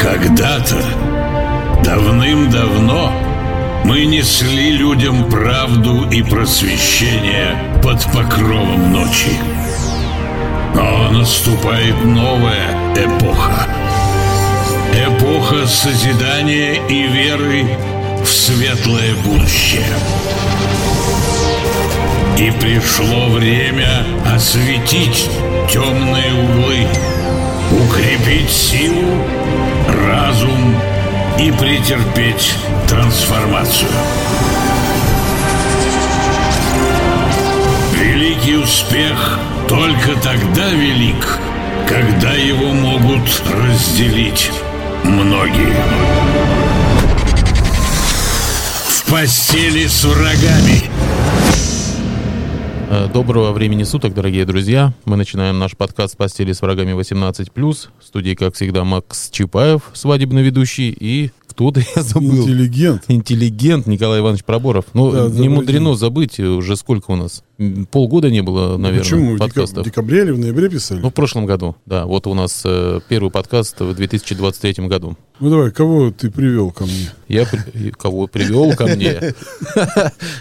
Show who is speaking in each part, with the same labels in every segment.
Speaker 1: Когда-то, давным-давно, мы несли людям правду и просвещение под покровом ночи. Но наступает новая эпоха. Эпоха созидания и веры в светлое будущее. И пришло время осветить темные углы, укрепить силу, разум и претерпеть трансформацию. Великий успех только тогда велик, когда его могут разделить многие. В постели с врагами.
Speaker 2: Э, Доброго времени суток, дорогие друзья. Мы начинаем наш подкаст с постели с врагами 18+. В студии, как всегда, Макс Чапаев, свадебный ведущий, и кто-то я забыл.
Speaker 3: Интеллигент.
Speaker 2: Интеллигент Николай Иванович Проборов. Ну,
Speaker 3: Да,
Speaker 2: не
Speaker 3: добрый
Speaker 2: мудрено
Speaker 3: день.
Speaker 2: забыть, э, уже сколько у нас? М, Полгода не было, наверное,
Speaker 3: Почему? В дека-
Speaker 2: подкастов.
Speaker 3: В декабре или в ноябре писали?
Speaker 2: Ну, в прошлом году, да. Вот у нас э, первый подкаст в 2023 году.
Speaker 3: Ну давай, кого ты привел ко мне?
Speaker 2: Я при- кого привел ко мне?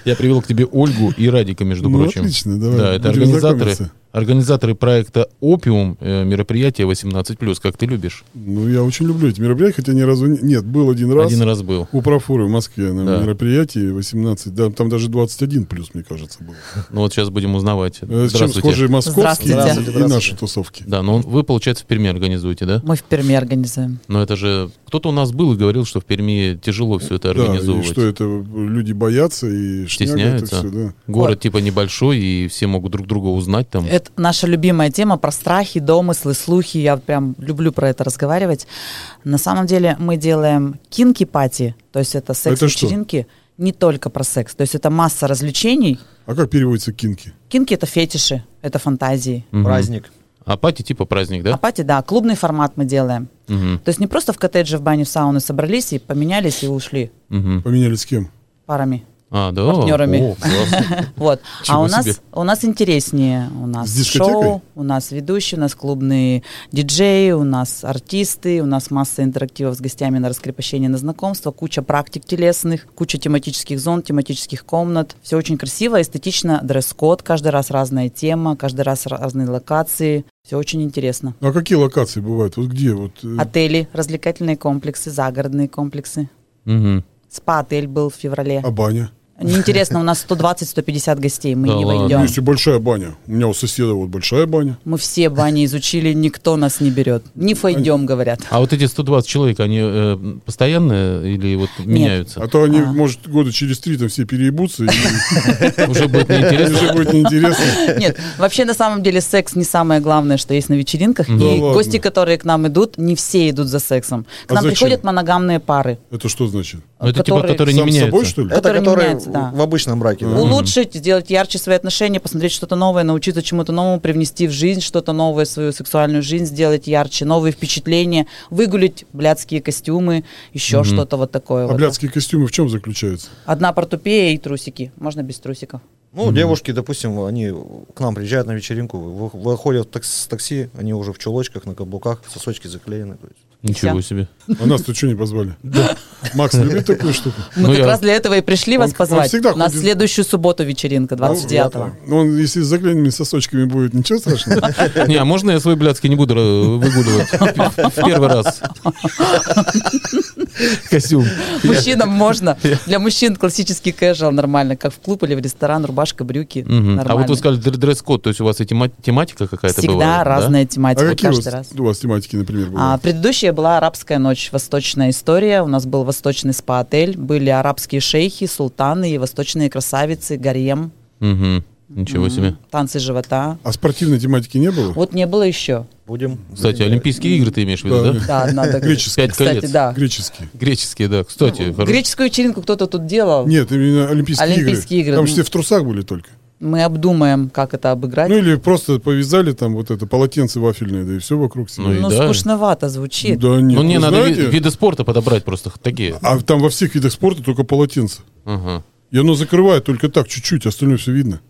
Speaker 2: Я привел к тебе Ольгу и Радика, между
Speaker 3: Ну,
Speaker 2: прочим.
Speaker 3: отлично, давай,
Speaker 2: Да, это
Speaker 3: будем
Speaker 2: организаторы.
Speaker 3: знакомиться.
Speaker 2: Организаторы проекта «Опиум» э, мероприятие 18+, как ты любишь.
Speaker 3: Ну, я очень люблю эти мероприятия, хотя ни разу... не- Нет, был один раз.
Speaker 2: Один раз был.
Speaker 3: У профуры в Москве на
Speaker 2: Да.
Speaker 3: мероприятии 18, да, там даже 21 плюс, мне кажется, было.
Speaker 2: Ну вот сейчас будем узнавать.
Speaker 3: Э, С чем
Speaker 2: Здравствуйте.
Speaker 3: схожи московские
Speaker 4: Здравствуйте.
Speaker 3: и- и наши тусовки.
Speaker 2: Да, но вы, получается, в Перми организуете, да?
Speaker 4: Мы в Перми организуем.
Speaker 2: Но это же... Кто-то у нас был и говорил, что в Перми тяжело все это
Speaker 3: Да, и
Speaker 2: организовывать.
Speaker 3: что это люди боятся и шняга, это
Speaker 2: Стесняются.
Speaker 3: все, да.
Speaker 2: Город типа небольшой, и все могут друг друга узнать там.
Speaker 4: Это наша любимая тема про страхи, домыслы, слухи. Я прям люблю про это разговаривать. На самом деле мы делаем кинки-пати, то есть это секс-вечеринки, не только про секс. То есть это масса развлечений.
Speaker 3: А как переводится кинки?
Speaker 4: Кинки — это фетиши, это фантазии.
Speaker 2: Мгм.
Speaker 5: Праздник.
Speaker 2: А пати типа праздник, да?
Speaker 4: А пати, да, клубный формат мы делаем.
Speaker 2: Мгм.
Speaker 4: То есть не просто в коттедже, в бане, в сауну собрались и поменялись и ушли
Speaker 2: Мгм.
Speaker 3: Поменялись с кем?
Speaker 4: парами.
Speaker 2: А, да.
Speaker 4: Партнерами.
Speaker 2: О, классно.
Speaker 4: Вот.
Speaker 2: Чего
Speaker 4: а у
Speaker 2: себе.
Speaker 4: нас, у нас интереснее. У нас
Speaker 3: С дискотекой?
Speaker 4: шоу, у нас ведущий, у нас клубные диджеи, у нас артисты, у нас масса интерактивов с гостями на раскрепощение, на знакомство, куча практик телесных, куча тематических зон, тематических комнат. Все очень красиво, эстетично, дресс-код, каждый раз разная тема, каждый раз разные локации. Все очень интересно.
Speaker 3: А какие локации бывают? Вот где? Вот, э,
Speaker 4: Отели, развлекательные комплексы, загородные комплексы.
Speaker 2: Мгм.
Speaker 4: Спа-отель был в феврале.
Speaker 3: а баня?
Speaker 4: Неинтересно, у нас 120-150 гостей, мы
Speaker 2: Да
Speaker 4: не
Speaker 2: ладно.
Speaker 3: Ну,
Speaker 4: войдем.
Speaker 3: Если большая баня. У меня у соседа вот большая баня.
Speaker 4: Мы все бани изучили, никто нас не берет. Не пойдем, говорят.
Speaker 2: А вот эти 120 человек, они э, постоянно или вот меняются?
Speaker 3: А то они,
Speaker 4: А.
Speaker 3: может, года через три там все переебутся, и
Speaker 2: Уже будет
Speaker 3: уже
Speaker 2: неинтересно.
Speaker 3: будет неинтересно.
Speaker 4: Нет, вообще на самом деле секс не самое главное, что есть на вечеринках.
Speaker 3: Да
Speaker 4: И
Speaker 3: ладно?
Speaker 4: гости, которые к нам идут, не все идут за сексом. К
Speaker 3: А
Speaker 4: нам
Speaker 3: зачем?
Speaker 4: приходят моногамные пары,
Speaker 3: Это что значит?
Speaker 2: Но Это типа,
Speaker 4: которые-
Speaker 2: которые не
Speaker 3: Сам с собой,
Speaker 2: меняются.
Speaker 3: что ли?
Speaker 5: Это
Speaker 4: Который
Speaker 5: который
Speaker 4: меняется, да.
Speaker 5: в обычном браке.
Speaker 2: Ну,
Speaker 5: да?
Speaker 4: улучшить, сделать ярче свои отношения, посмотреть что-то новое, научиться чему-то новому, привнести в жизнь что-то новое, свою сексуальную жизнь сделать ярче, новые впечатления, выгулить блядские костюмы, еще что-то вот такое.
Speaker 3: А
Speaker 4: вот.
Speaker 3: блядские костюмы в чем заключаются?
Speaker 4: Одна портупея и трусики. Можно без трусиков.
Speaker 5: Ну, девушки, допустим, они к нам приезжают на вечеринку, вы- выходят в такс- с такси, они уже в чулочках, на каблуках, сосочки заклеены. то есть.
Speaker 2: Ничего
Speaker 4: Вся.
Speaker 2: себе.
Speaker 3: А нас тут что не позвали? Макс любит такую штуку?
Speaker 4: Мы
Speaker 2: Ну,
Speaker 4: как
Speaker 2: я-
Speaker 4: раз для этого и пришли
Speaker 3: Он-
Speaker 4: вас
Speaker 3: он
Speaker 4: позвать.
Speaker 3: всегда
Speaker 4: У нас
Speaker 3: ходит-
Speaker 4: следующую субботу вечеринка, 29-го.
Speaker 3: Ну, Он, если с заклеенными сосочками будет, ничего страшного?
Speaker 2: Не, а можно я свой блядский не буду э, выгуливать в первый раз? Костюм.
Speaker 4: Мужчинам можно. Для мужчин классический кэжуал нормально, как в клуб или в ресторан, рубашка, брюки.
Speaker 2: Мгм.
Speaker 4: Нормально.
Speaker 2: А вот вы сказали др- дресс-код, то есть у вас и тема- тематика какая-то
Speaker 4: Всегда
Speaker 2: бывает, да?
Speaker 4: разная
Speaker 3: А
Speaker 4: тематика
Speaker 3: какие у
Speaker 4: каждый
Speaker 3: вас-
Speaker 4: раз.
Speaker 3: у вас тематики, например,
Speaker 4: А,
Speaker 3: бывают?
Speaker 4: предыдущая была арабская ночь, восточная история. У нас был восточный спа-отель, были арабские шейхи, султаны и восточные красавицы, гарем,
Speaker 2: Мгм. Ничего себе.
Speaker 4: танцы живота.
Speaker 3: А спортивной тематики не было?
Speaker 4: Вот не было еще.
Speaker 5: Будем.
Speaker 2: Кстати,
Speaker 5: будем-
Speaker 2: Олимпийские игры ты имеешь в виду,
Speaker 3: Да.
Speaker 2: да?
Speaker 4: Да, надо.
Speaker 3: Греческие.
Speaker 2: Пять
Speaker 4: Кстати,
Speaker 2: колец.
Speaker 4: да.
Speaker 3: Греческие.
Speaker 2: Греческие, да. Кстати, хоро-
Speaker 4: Греческую вечеринку кто-то тут делал.
Speaker 3: Нет, именно Олимпийские,
Speaker 4: Олимпийские игры. ну.
Speaker 3: Там же все в трусах были только.
Speaker 4: Мы обдумаем, как это обыграть.
Speaker 3: Ну или просто повязали там вот это полотенце вафельное, да и все вокруг себя.
Speaker 2: Ну и
Speaker 4: Ну,
Speaker 2: да.
Speaker 4: скучновато звучит.
Speaker 3: Да нет,
Speaker 2: Ну, не,
Speaker 3: вы
Speaker 2: надо ви-
Speaker 3: знаете,
Speaker 2: виды спорта подобрать просто такие.
Speaker 3: А там во всех видах спорта только полотенце.
Speaker 2: Ага.
Speaker 3: И оно закрывает только так, чуть-чуть, остальное все видно.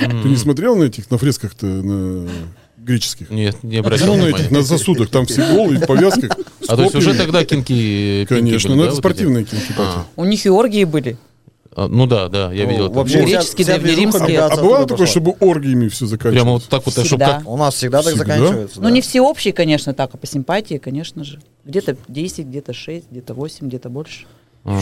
Speaker 3: Ты не смотрел на этих, на фресках-то, на греческих.
Speaker 2: Нет, не
Speaker 3: Ну,
Speaker 2: обращал
Speaker 3: на
Speaker 2: внимания.
Speaker 3: этих, на засудах, там все голые, в повязках. с
Speaker 2: А то есть уже
Speaker 3: копьями.
Speaker 2: тогда кинки... э, пинки
Speaker 3: Конечно,
Speaker 2: были,
Speaker 3: но
Speaker 2: да,
Speaker 3: это
Speaker 2: вот эти?
Speaker 3: спортивные кинки-пати.
Speaker 4: У них и оргии были.
Speaker 2: А, Ну да, да, я видел. это.
Speaker 5: Вообще вся-
Speaker 4: Греческие,
Speaker 5: вся движуха
Speaker 4: древнеримские.
Speaker 5: отца
Speaker 3: А
Speaker 5: оттуда
Speaker 3: бывало
Speaker 5: пошла.
Speaker 3: такое, чтобы оргиями все
Speaker 2: Прямо
Speaker 3: заканчивалось?
Speaker 2: вот так вот, а чтоб
Speaker 4: Всегда.
Speaker 2: как...
Speaker 5: У нас всегда так
Speaker 3: Всегда?
Speaker 5: заканчивается.
Speaker 4: Ну,
Speaker 5: да.
Speaker 4: не все общие, конечно, так, а по симпатии, конечно же. Где-то 10, где-то 6, где-то 8, где-то больше.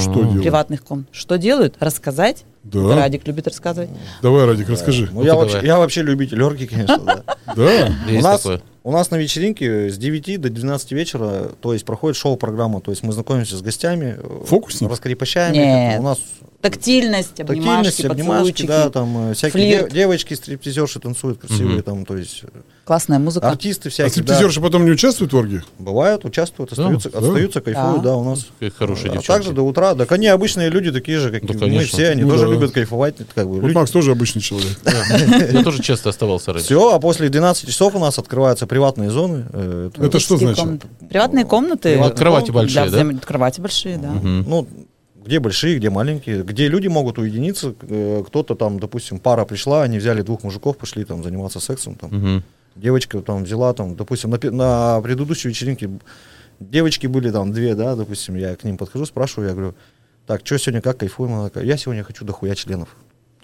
Speaker 3: Что делать?
Speaker 4: Приватных комнат. Что делают? Рассказать?
Speaker 3: Да.
Speaker 4: Радик любит рассказывать.
Speaker 3: Давай, Радик, расскажи.
Speaker 5: Ну,
Speaker 2: Ну,
Speaker 5: я,
Speaker 2: ты
Speaker 5: вообще,
Speaker 2: давай.
Speaker 5: я вообще любитель оргии, конечно, да.
Speaker 3: Да. А
Speaker 5: У
Speaker 2: Есть
Speaker 5: нас,
Speaker 2: такое.
Speaker 5: у нас на вечеринке с 9 до 12 вечера, то есть проходит шоу-программа, то есть мы знакомимся с гостями, э,
Speaker 3: Фокусник?
Speaker 5: раскрепощаем их,
Speaker 4: Нет.
Speaker 5: у нас
Speaker 4: Тактильность,
Speaker 5: тактильность,
Speaker 4: обнимашки,
Speaker 5: обнимашки,
Speaker 4: поцелуйчики.
Speaker 5: да, там э, всякие
Speaker 4: Флирт.
Speaker 5: дев- девочки, стриптизерши танцуют красивые,
Speaker 2: Мгм.
Speaker 5: там, то есть э,
Speaker 4: Классная музыка.
Speaker 5: артисты
Speaker 3: А
Speaker 5: всякие, да.
Speaker 3: стриптизерши потом не участвуют в оргиях?
Speaker 5: бывают, участвуют, остаются,
Speaker 3: да.
Speaker 5: остаются, кайфуют,
Speaker 4: Да.
Speaker 5: да, у нас.
Speaker 2: Какая хорошая
Speaker 5: А
Speaker 2: девчонка.
Speaker 5: также до утра, так они обычные люди такие же, как
Speaker 2: Да,
Speaker 5: и мы
Speaker 2: конечно.
Speaker 5: все, они
Speaker 3: Ну,
Speaker 5: тоже
Speaker 3: да.
Speaker 5: любят кайфовать, как бы.
Speaker 3: Вот Макс тоже обычный человек.
Speaker 2: Я тоже часто оставался раньше.
Speaker 5: Все, а после 12 часов у нас открываются приватные зоны. э, это-
Speaker 3: Это что
Speaker 4: Греческие
Speaker 3: значит?
Speaker 4: комнаты. Приватные комнаты.
Speaker 2: Приват- кровати большие,
Speaker 4: для
Speaker 2: да?
Speaker 4: взаим- Кровати большие, да.
Speaker 5: Ну, где большие, где маленькие, где люди могут уединиться. э, Кто-то там, допустим, пара пришла, они взяли двух мужиков, пошли там заниматься сексом. Там.
Speaker 2: Мгм.
Speaker 5: Девочка там взяла, там, допустим, на, пе- на предыдущей вечеринке девочки были там две, да, допустим, я к ним подхожу, спрашиваю, я говорю, так, что сегодня, как кайфуем? Она такая, я сегодня хочу дохуя членов.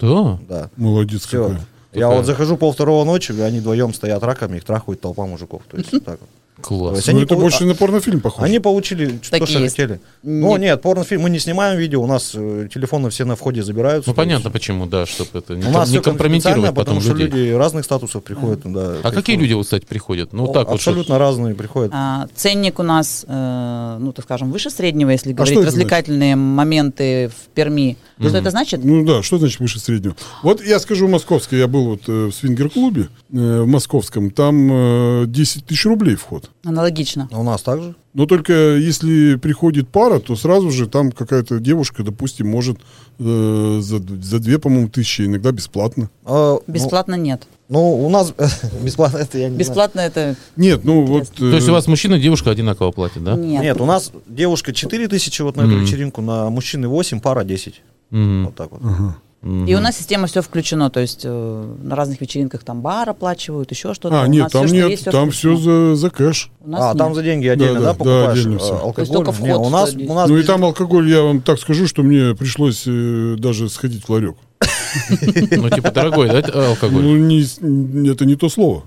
Speaker 2: Да.
Speaker 5: Да.
Speaker 3: Молодец
Speaker 5: Все.
Speaker 3: какой.
Speaker 5: Я
Speaker 2: Такая-
Speaker 5: вот захожу пол второго ночи, они вдвоем стоят раками, их трахают толпа мужиков. То есть, вот так вот. То
Speaker 2: Класс.
Speaker 5: есть
Speaker 3: Ну,
Speaker 5: они
Speaker 3: это
Speaker 5: полу-
Speaker 3: больше на порнофильм похоже.
Speaker 5: Они получили что- то,
Speaker 4: Такие
Speaker 5: что
Speaker 4: есть.
Speaker 5: хотели.
Speaker 4: Не-
Speaker 5: Ну нет, порнофильм мы не снимаем видео, у нас э, телефоны все на входе забираются.
Speaker 2: Ну
Speaker 5: то есть
Speaker 2: понятно почему, да, чтобы это не,
Speaker 5: У
Speaker 2: ком-
Speaker 5: нас
Speaker 2: не
Speaker 5: все
Speaker 2: компрометировать
Speaker 5: конфиденциально,
Speaker 2: потом
Speaker 5: потому что
Speaker 2: людей.
Speaker 5: люди разных статусов приходят. Да,
Speaker 2: А
Speaker 5: кайфуют.
Speaker 2: какие люди, вот, кстати, приходят? Ну так вот. что-
Speaker 5: Абсолютно разные приходят.
Speaker 4: А, ценник у нас, э, ну, так скажем, выше среднего, если говорить
Speaker 3: что это
Speaker 4: развлекательные моменты в Перми. Что это значит?
Speaker 3: Ну да, что значит выше среднего? Вот я скажу московский, я был вот э, в свингер-клубе э, в московском, там э, 10 тысяч рублей вход.
Speaker 4: Аналогично.
Speaker 5: А У нас также.
Speaker 3: Но только если приходит пара, то сразу же там какая-то девушка, допустим, может э, за, за две, по-моему, тысячи, иногда бесплатно.
Speaker 5: А, ну-
Speaker 4: Бесплатно нет.
Speaker 5: Ну, у нас бесплатно это я не знаю.
Speaker 4: Бесплатно это
Speaker 3: Нет, ну вот...
Speaker 4: Интересно.
Speaker 3: э,
Speaker 2: То есть у вас мужчина и девушка одинаково платят, да?
Speaker 4: нет.
Speaker 5: Нет, у нас девушка 4000 вот на эту
Speaker 2: Мгм.
Speaker 5: вечеринку, на мужчины 8, пара 10.
Speaker 2: Мгм.
Speaker 5: Вот так вот.
Speaker 2: Мгм.
Speaker 4: И у нас система все включено, то есть э, на разных вечеринках там бар оплачивают, еще что-то.
Speaker 3: А,
Speaker 4: У
Speaker 3: нет,
Speaker 4: нас
Speaker 3: там
Speaker 4: всё, что
Speaker 3: нет,
Speaker 4: есть, всё
Speaker 3: там
Speaker 4: включено.
Speaker 3: все за, за кэш.
Speaker 4: У нас
Speaker 5: А,
Speaker 4: нет.
Speaker 5: там за деньги отдельно,
Speaker 3: Да,
Speaker 5: да,
Speaker 3: да,
Speaker 5: покупаешь?
Speaker 3: отдельно
Speaker 5: а,
Speaker 3: всё.
Speaker 5: алкоголь?
Speaker 4: То есть только
Speaker 5: Не,
Speaker 4: вход
Speaker 5: у нас,
Speaker 4: стоит
Speaker 5: у нас
Speaker 3: ну и
Speaker 5: без-
Speaker 3: там алкоголь, я вам так скажу, что мне пришлось э, даже сходить в ларек.
Speaker 2: Ну типа дорогой, да, это алкоголь?
Speaker 3: Ну, не с- н- это не то слово.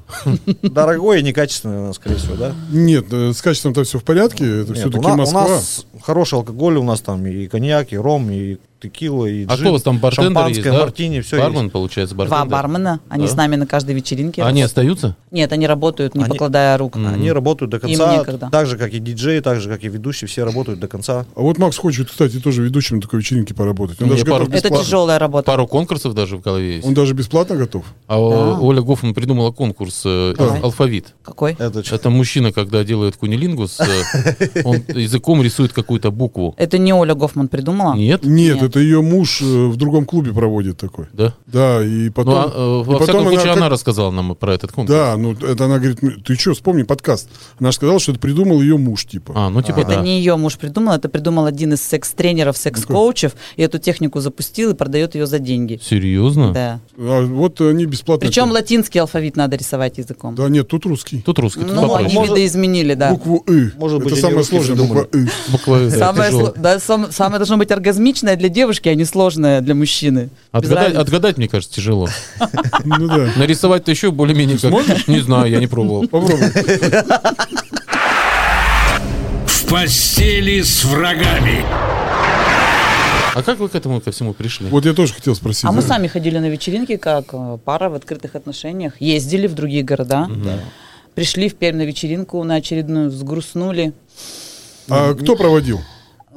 Speaker 5: дорогое и некачественное, у нас, скорее всего, да?
Speaker 3: Нет, э, с качеством там все в порядке, это
Speaker 5: Нет,
Speaker 3: все-таки
Speaker 5: у, на- у
Speaker 3: Москва.
Speaker 5: нас хороший алкоголь, у нас там и коньяк, и ром, и текила, и
Speaker 2: А
Speaker 5: джин,
Speaker 2: кто у вас там бартендер есть,
Speaker 5: шампанское,
Speaker 2: да?
Speaker 5: мартини, все
Speaker 2: Бармен, получается,
Speaker 4: Два
Speaker 2: бартендер.
Speaker 4: бармена, они
Speaker 2: Да. А,
Speaker 4: с нами на каждой вечеринке.
Speaker 2: Они остаются?
Speaker 4: Нет, они работают, не
Speaker 5: Они-
Speaker 4: покладая рук.
Speaker 5: Они работают до
Speaker 4: Им
Speaker 5: конца,
Speaker 4: некогда.
Speaker 5: так же, как и диджеи, так же, как и ведущие, все работают до конца.
Speaker 3: А вот Макс хочет, кстати, тоже ведущим такой вечеринки поработать. Он,
Speaker 2: Я
Speaker 3: даже
Speaker 2: пару-
Speaker 3: готов,
Speaker 4: Это
Speaker 2: бесплатно.
Speaker 4: тяжелая работа.
Speaker 2: Пару конкурсов даже в голове есть.
Speaker 3: он даже бесплатно готов.
Speaker 2: А о- Оля Гофман придумала конкурс э,
Speaker 4: Давай.
Speaker 2: «Алфавит».
Speaker 4: Какой?
Speaker 5: Это чё?
Speaker 2: Это мужчина, когда делает кунилингус, э, он языком рисует какую-то букву.
Speaker 4: Это не Оля Гофман придумала?
Speaker 2: Нет?
Speaker 3: Нет,
Speaker 4: Нет.
Speaker 3: это ее муж э, в другом клубе проводит такой.
Speaker 2: Да.
Speaker 3: Да, и потом...
Speaker 2: Ну, а, э,
Speaker 3: и
Speaker 2: во
Speaker 3: потом
Speaker 2: всяком случае,
Speaker 3: как-
Speaker 2: она рассказала нам про этот конкурс.
Speaker 3: Да, ну это она говорит, «Ну, ты что, вспомни подкаст. Она же сказала, что это придумал ее муж, типа.
Speaker 2: А, ну типа
Speaker 4: Это
Speaker 2: да.
Speaker 4: не ее муж придумал, это придумал один из секс-тренеров, секс-коучев, и эту технику запустил и продает ее за деньги.
Speaker 2: Серьезно?
Speaker 4: Да.
Speaker 3: А вот они бесплатно...
Speaker 4: Причем латинский алфавит надо рисовать языком.
Speaker 3: Да нет, тут русский.
Speaker 2: Тут русский, тут
Speaker 4: Ну, они
Speaker 2: попроще.
Speaker 5: может-
Speaker 4: видоизменили, да.
Speaker 3: Букву «ы».
Speaker 5: Может быть,
Speaker 3: это
Speaker 5: они
Speaker 3: самая
Speaker 5: русские
Speaker 3: сложная буква «ы».
Speaker 2: Буква, э,
Speaker 4: Самое,
Speaker 2: тяжелая.
Speaker 4: сло- да, сам- самое должно быть оргазмичное для девушки, а не сложное для мужчины. Без
Speaker 2: Отгадать,
Speaker 4: разницы.
Speaker 2: отгадать, мне кажется, тяжело.
Speaker 3: Ну да.
Speaker 2: Нарисовать-то еще более-менее как. Не знаю, я не пробовал.
Speaker 3: Попробуй.
Speaker 1: В постели с врагами.
Speaker 2: А как вы к этому ко всему пришли?
Speaker 3: Вот я тоже хотел спросить.
Speaker 4: А мы
Speaker 3: да.
Speaker 4: сами ходили на вечеринки, как э, пара в открытых отношениях, ездили в другие города, пришли в Пермь на вечеринку на очередную, сгрустнули.
Speaker 3: А кто проводил?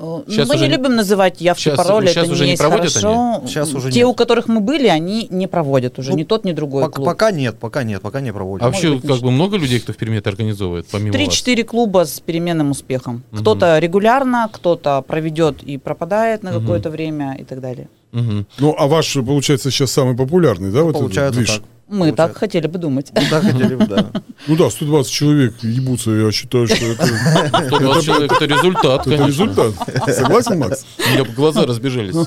Speaker 4: Э,
Speaker 2: Щас
Speaker 4: мы
Speaker 2: уже
Speaker 4: не
Speaker 2: не-
Speaker 4: любим называть явки
Speaker 2: щас-
Speaker 4: пароли,
Speaker 2: щас
Speaker 4: это
Speaker 2: уже
Speaker 4: не
Speaker 2: не
Speaker 4: есть
Speaker 2: проводят
Speaker 4: хорошо.
Speaker 5: Щас уже
Speaker 4: Те,
Speaker 5: нет.
Speaker 4: у которых мы были, они не проводят уже,
Speaker 5: Ну,
Speaker 4: ни тот, ни другой
Speaker 5: Пок-
Speaker 4: клуб.
Speaker 5: Пока нет, пока нет, пока не
Speaker 2: А
Speaker 5: проводим.
Speaker 2: вообще, как бы много людей, кто в Перми это организовывает, помимо вас?
Speaker 4: 3-4 клуба с переменным успехом. Кто-то регулярно, кто-то проведет и пропадает на какое-то время и так далее.
Speaker 2: Мгм.
Speaker 3: Ну, а ваш, получается, сейчас самый популярный, да? вот этот
Speaker 5: Получается
Speaker 3: движ?
Speaker 5: так.
Speaker 4: Мы так
Speaker 5: получается.
Speaker 4: хотели бы думать.
Speaker 5: Ну, так хотели бы, да.
Speaker 3: Ну да, 120 человек ебутся, я считаю, что это
Speaker 2: 120 человек — это результат,
Speaker 3: это
Speaker 2: конечно.
Speaker 3: результат. Согласен, Макс?
Speaker 2: У меня глаза разбежались.
Speaker 3: Ну,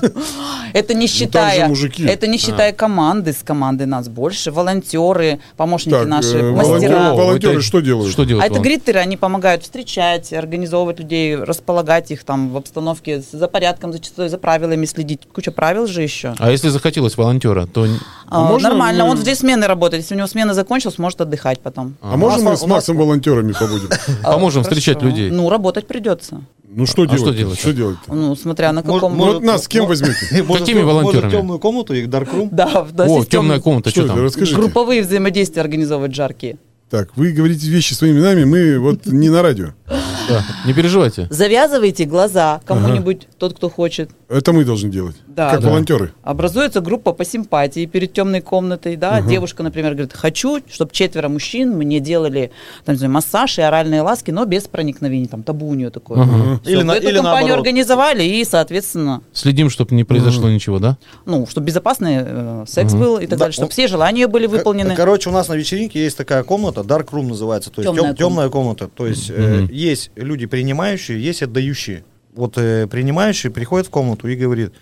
Speaker 4: Это не считая,
Speaker 3: мужики.
Speaker 4: это не считая команды, с команды нас больше, волонтеры, помощники
Speaker 3: Так,
Speaker 4: наши,
Speaker 3: э,
Speaker 4: мастера.
Speaker 3: волонтеры- волонтеры
Speaker 2: Это-
Speaker 3: что делают?
Speaker 2: Что делают?
Speaker 4: А это
Speaker 2: вам?
Speaker 4: гриттеры, они помогают встречать, организовывать людей, располагать их там в обстановке, с- за порядком зачастую, за правилами следить. Куча правил же еще.
Speaker 2: А если захотелось волонтера, то... н-
Speaker 4: А,
Speaker 3: можно
Speaker 4: Нормально,
Speaker 3: мы-
Speaker 4: он в две смены работает. Если у него смена закончилась, может отдыхать потом.
Speaker 3: А можно
Speaker 4: У нас-
Speaker 3: мы с
Speaker 4: у нас-
Speaker 3: Максом волонтерами побудем?
Speaker 4: А,
Speaker 2: Поможем
Speaker 4: хорошо.
Speaker 2: встречать людей.
Speaker 4: Ну, работать придется.
Speaker 3: Ну что
Speaker 2: А
Speaker 3: делать?
Speaker 2: что делать-то?
Speaker 3: Что делать-то? Ну,
Speaker 4: Ну, смотря на каком...
Speaker 3: может- Вот нас с
Speaker 5: ну,
Speaker 3: кем возьмете?
Speaker 5: Может,
Speaker 2: Какими
Speaker 5: тем-
Speaker 2: волонтерами?
Speaker 5: Может, темную комнату, их даркрум?
Speaker 4: Да, в- да,
Speaker 2: О,
Speaker 4: системную-
Speaker 2: темная комната,
Speaker 3: Что
Speaker 2: что
Speaker 3: это?
Speaker 2: там?
Speaker 3: Расскажите.
Speaker 4: Групповые взаимодействия организовывать жаркие.
Speaker 3: Так, вы говорите вещи своими именами, мы вот не на радио.
Speaker 2: Да, Не переживайте.
Speaker 4: Завязывайте глаза кому-нибудь, тот, кто хочет.
Speaker 3: Это мы должны делать.
Speaker 4: Да,
Speaker 3: Как
Speaker 4: да.
Speaker 3: волонтеры.
Speaker 4: Образуется группа по симпатии перед темной комнатой, да, девушка, например, говорит, хочу, чтобы четверо мужчин мне делали, там, не знаю, массаж и оральные ласки, но без проникновений, там, табу у нее такое. Всё,
Speaker 5: Или
Speaker 4: вот
Speaker 5: на-
Speaker 4: эту
Speaker 5: или
Speaker 4: компанию
Speaker 5: наоборот.
Speaker 4: организовали и, соответственно,
Speaker 2: Следим, чтобы не произошло ничего, да?
Speaker 4: ну, чтобы безопасный э, секс был и так
Speaker 5: Да, э,
Speaker 4: далее, чтобы
Speaker 5: он-
Speaker 4: все желания были выполнены.
Speaker 5: Короче, у нас на вечеринке есть такая комната, Dark Room называется, то есть
Speaker 4: Тёмная
Speaker 5: темная, темная комната. То есть э, есть люди принимающие, есть отдающие. Вот э, принимающий приходит в комнату и говорит,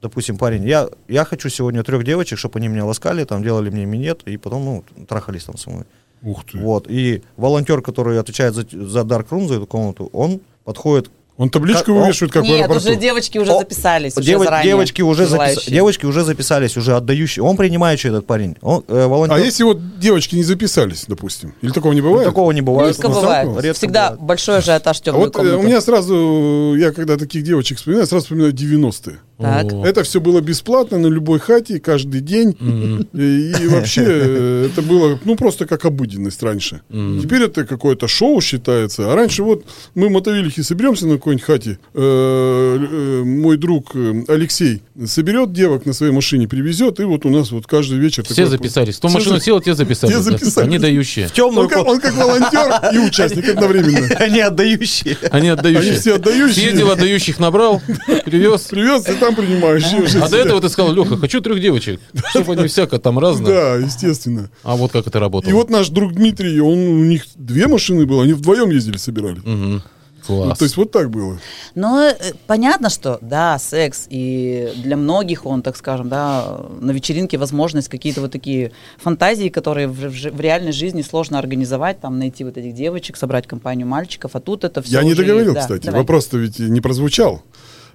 Speaker 5: допустим, парень, я, я хочу сегодня трех девочек, чтобы они меня ласкали, там делали мне минет, и потом ну, трахались там со мной.
Speaker 3: Ух ты.
Speaker 5: Вот. И волонтер, который отвечает за, за Dark Room, за эту комнату, он подходит
Speaker 3: Он табличку
Speaker 5: Как- он-
Speaker 3: вывешивает, как в
Speaker 4: Нет, уже
Speaker 3: аэропорту.
Speaker 4: девочки уже
Speaker 5: О,
Speaker 4: записались, уже
Speaker 5: дево-
Speaker 4: заранее
Speaker 5: девочки, уже запис-
Speaker 4: желающие.
Speaker 5: девочки уже записались, уже отдающие. Он принимающий этот парень. Он, э, волонтер.
Speaker 3: А если вот девочки не записались, допустим? Или такого не
Speaker 5: Ну,
Speaker 3: бывает?
Speaker 5: Такого не бывает.
Speaker 4: Редко
Speaker 5: На самом-
Speaker 4: бывает.
Speaker 5: редко
Speaker 4: Всегда
Speaker 5: бывает.
Speaker 4: большой ажиотаж
Speaker 3: А
Speaker 4: темной
Speaker 3: вот э,
Speaker 4: комнаты.
Speaker 3: у меня сразу, я когда таких девочек вспоминаю, сразу вспоминаю 90-е.
Speaker 4: Так.
Speaker 2: О.
Speaker 3: Это все было бесплатно на любой хате, каждый день. И, и вообще э, это было, ну, просто как обыденность раньше. Теперь это какое-то шоу считается. А раньше вот мы в Мотовилихе соберемся на какой-нибудь хате. э, э, мой друг э, Алексей соберет девок на своей машине, привезет, и вот у нас вот каждый вечер...
Speaker 2: Все
Speaker 3: такой-
Speaker 2: записались. Кто
Speaker 3: Все
Speaker 2: машину
Speaker 3: за-
Speaker 2: сел, те записались.
Speaker 3: Те
Speaker 2: да.
Speaker 3: записались.
Speaker 2: Они дающие.
Speaker 5: Темную
Speaker 3: Он как, он как волонтер и участник одновременно.
Speaker 5: Они отдающие.
Speaker 2: Они отдающие.
Speaker 3: Они все отдающие.
Speaker 2: Съездил, отдающих набрал, привез.
Speaker 3: Привез, и там принимаешь. и уже
Speaker 2: А до
Speaker 3: сидят.
Speaker 2: этого ты сказал, Леха, хочу трех девочек, чтобы они всяко там разные.
Speaker 3: Да, естественно.
Speaker 2: А вот как это работало.
Speaker 3: И вот наш друг Дмитрий, он у них две машины было, они вдвоем ездили, собирали.
Speaker 2: Мгм.
Speaker 3: Ну,
Speaker 2: Класс.
Speaker 3: то есть вот так было.
Speaker 4: Но э, понятно, что да, секс, и для многих он, так скажем, да, на вечеринке возможность какие-то вот такие фантазии, которые в, в жи- в реальной жизни сложно организовать, там найти вот этих девочек, собрать компанию мальчиков, а тут это все.
Speaker 3: Я не договорил, кстати. Вопрос-то ведь не прозвучал.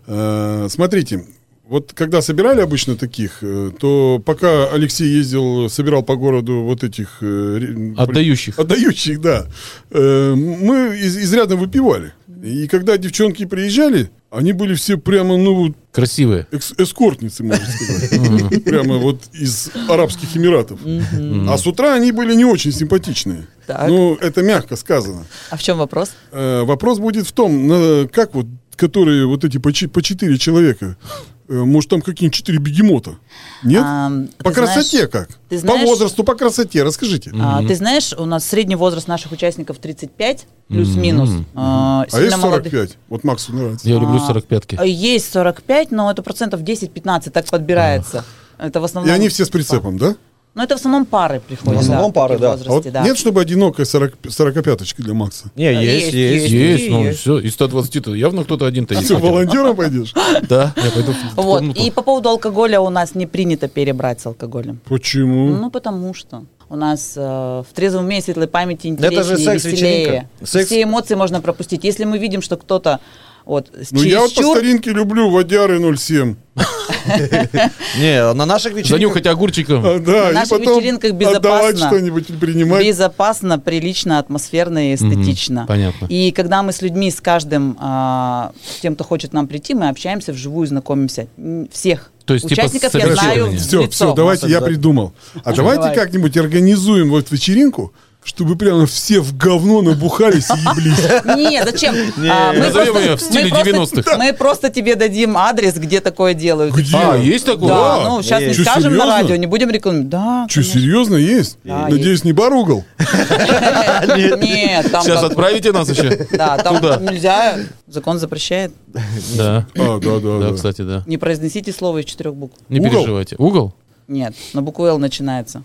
Speaker 3: Э, Смотрите, вот когда собирали обычно таких, э, то пока Алексей ездил, собирал по городу вот этих... э, ре-
Speaker 2: Отдающих.
Speaker 3: Отдающих, да. Э, Мы из- изрядно выпивали. И когда девчонки приезжали, они были все прямо, ну, вот
Speaker 2: Красивые.
Speaker 3: Экс- эскортницы, можно сказать. Прямо вот из Арабских Эмиратов. А с утра они были не очень симпатичные.
Speaker 4: Так.
Speaker 3: Ну, это мягко сказано.
Speaker 4: А в чем вопрос?
Speaker 3: Э, Вопрос будет в том, на- как вот, которые вот эти по чи- по четыре человека, э, может, там какие-нибудь четыре бегемота? Нет?
Speaker 4: А,
Speaker 3: По
Speaker 4: ты знаешь-
Speaker 3: красоте как?
Speaker 4: ты
Speaker 3: По
Speaker 4: знаешь-
Speaker 3: возрасту, по красоте, расскажите.
Speaker 4: А, ты знаешь, у нас средний возраст наших участников 35, плюс-минус. А,
Speaker 3: А есть
Speaker 4: сильно молодых-
Speaker 3: 45? Вот Максу нравится.
Speaker 2: Я люблю 45-ки.
Speaker 4: А, Есть 45, но это процентов 10-15 так подбирается. Это в
Speaker 3: И
Speaker 4: основном...
Speaker 3: они все с прицепом, да?
Speaker 4: Ну, это в основном пары приходят.
Speaker 5: В основном
Speaker 4: да,
Speaker 5: пары,
Speaker 4: такие
Speaker 5: да.
Speaker 3: А вот
Speaker 4: возрасте, да.
Speaker 3: нет, чтобы одинокая 40 сорокопяточка для Макса?
Speaker 5: Не,
Speaker 4: есть, есть.
Speaker 2: Есть, ну
Speaker 4: есть.
Speaker 2: все, из 120 то явно кто-то один-то
Speaker 3: А Ты
Speaker 2: есть.
Speaker 3: что, волонтером пойдешь?
Speaker 2: Да, я пойду в
Speaker 4: Вот.
Speaker 2: комнату.
Speaker 4: И по поводу алкоголя у нас не принято перебрать с алкоголем.
Speaker 3: Почему?
Speaker 4: Ну, потому что у нас э, в трезвом уме и светлой памяти
Speaker 5: Да это
Speaker 4: интереснее,
Speaker 5: же
Speaker 4: веселее.
Speaker 5: секс-вечеринка. Секс-
Speaker 4: Все эмоции можно пропустить. Если мы видим, что кто-то вот с-
Speaker 3: Ну, я вот по
Speaker 4: чересчур-
Speaker 3: старинке люблю водяры 07.
Speaker 5: Не, на наших вечеринках...
Speaker 2: Занюхать огурчиком.
Speaker 3: А, да,
Speaker 4: На
Speaker 3: и
Speaker 4: наших
Speaker 3: потом
Speaker 4: вечеринках
Speaker 3: отдавать
Speaker 4: безопасно.
Speaker 3: что-нибудь или принимать.
Speaker 4: безопасно, прилично, атмосферно и эстетично.
Speaker 2: Мгм, понятно.
Speaker 4: И когда мы с людьми, с каждым, а, тем, кто хочет к нам прийти, мы общаемся вживую, знакомимся. М, Всех
Speaker 2: То есть, типа,
Speaker 4: участников я
Speaker 2: собеседование.
Speaker 4: знаю. в
Speaker 3: Все,
Speaker 4: лицо.
Speaker 3: все, давайте,
Speaker 5: Макс,
Speaker 3: я
Speaker 5: да.
Speaker 3: придумал. А давайте
Speaker 4: Давай.
Speaker 3: как-нибудь организуем вот вечеринку, чтобы прямо все в говно набухались и еблись.
Speaker 4: Не, зачем? А, мы
Speaker 2: Назовем
Speaker 4: просто-
Speaker 2: ее в стиле
Speaker 4: мы просто-
Speaker 2: 90-х.
Speaker 4: Мы просто тебе дадим адрес, где такое делают.
Speaker 3: Где?
Speaker 2: А, есть такое?
Speaker 4: Да, ну сейчас
Speaker 5: Э,
Speaker 4: не
Speaker 3: чё,
Speaker 4: скажем на
Speaker 3: серьёзно?
Speaker 4: радио, не будем рекламировать. Да.
Speaker 3: Че, серьезно, есть?
Speaker 4: Да,
Speaker 3: Надеюсь, не бар угол?
Speaker 4: конечно. Нет, там
Speaker 2: Сейчас
Speaker 4: как-
Speaker 2: отправите нас еще.
Speaker 4: Да, там
Speaker 2: Туда.
Speaker 4: нельзя, закон запрещает.
Speaker 2: Да.
Speaker 3: А, да,
Speaker 2: Да,
Speaker 3: да, да.
Speaker 2: кстати, да.
Speaker 4: Не произносите слово из четырех букв.
Speaker 2: Не
Speaker 3: Угол?
Speaker 2: переживайте. Угол?
Speaker 4: Нет, на букву Л начинается.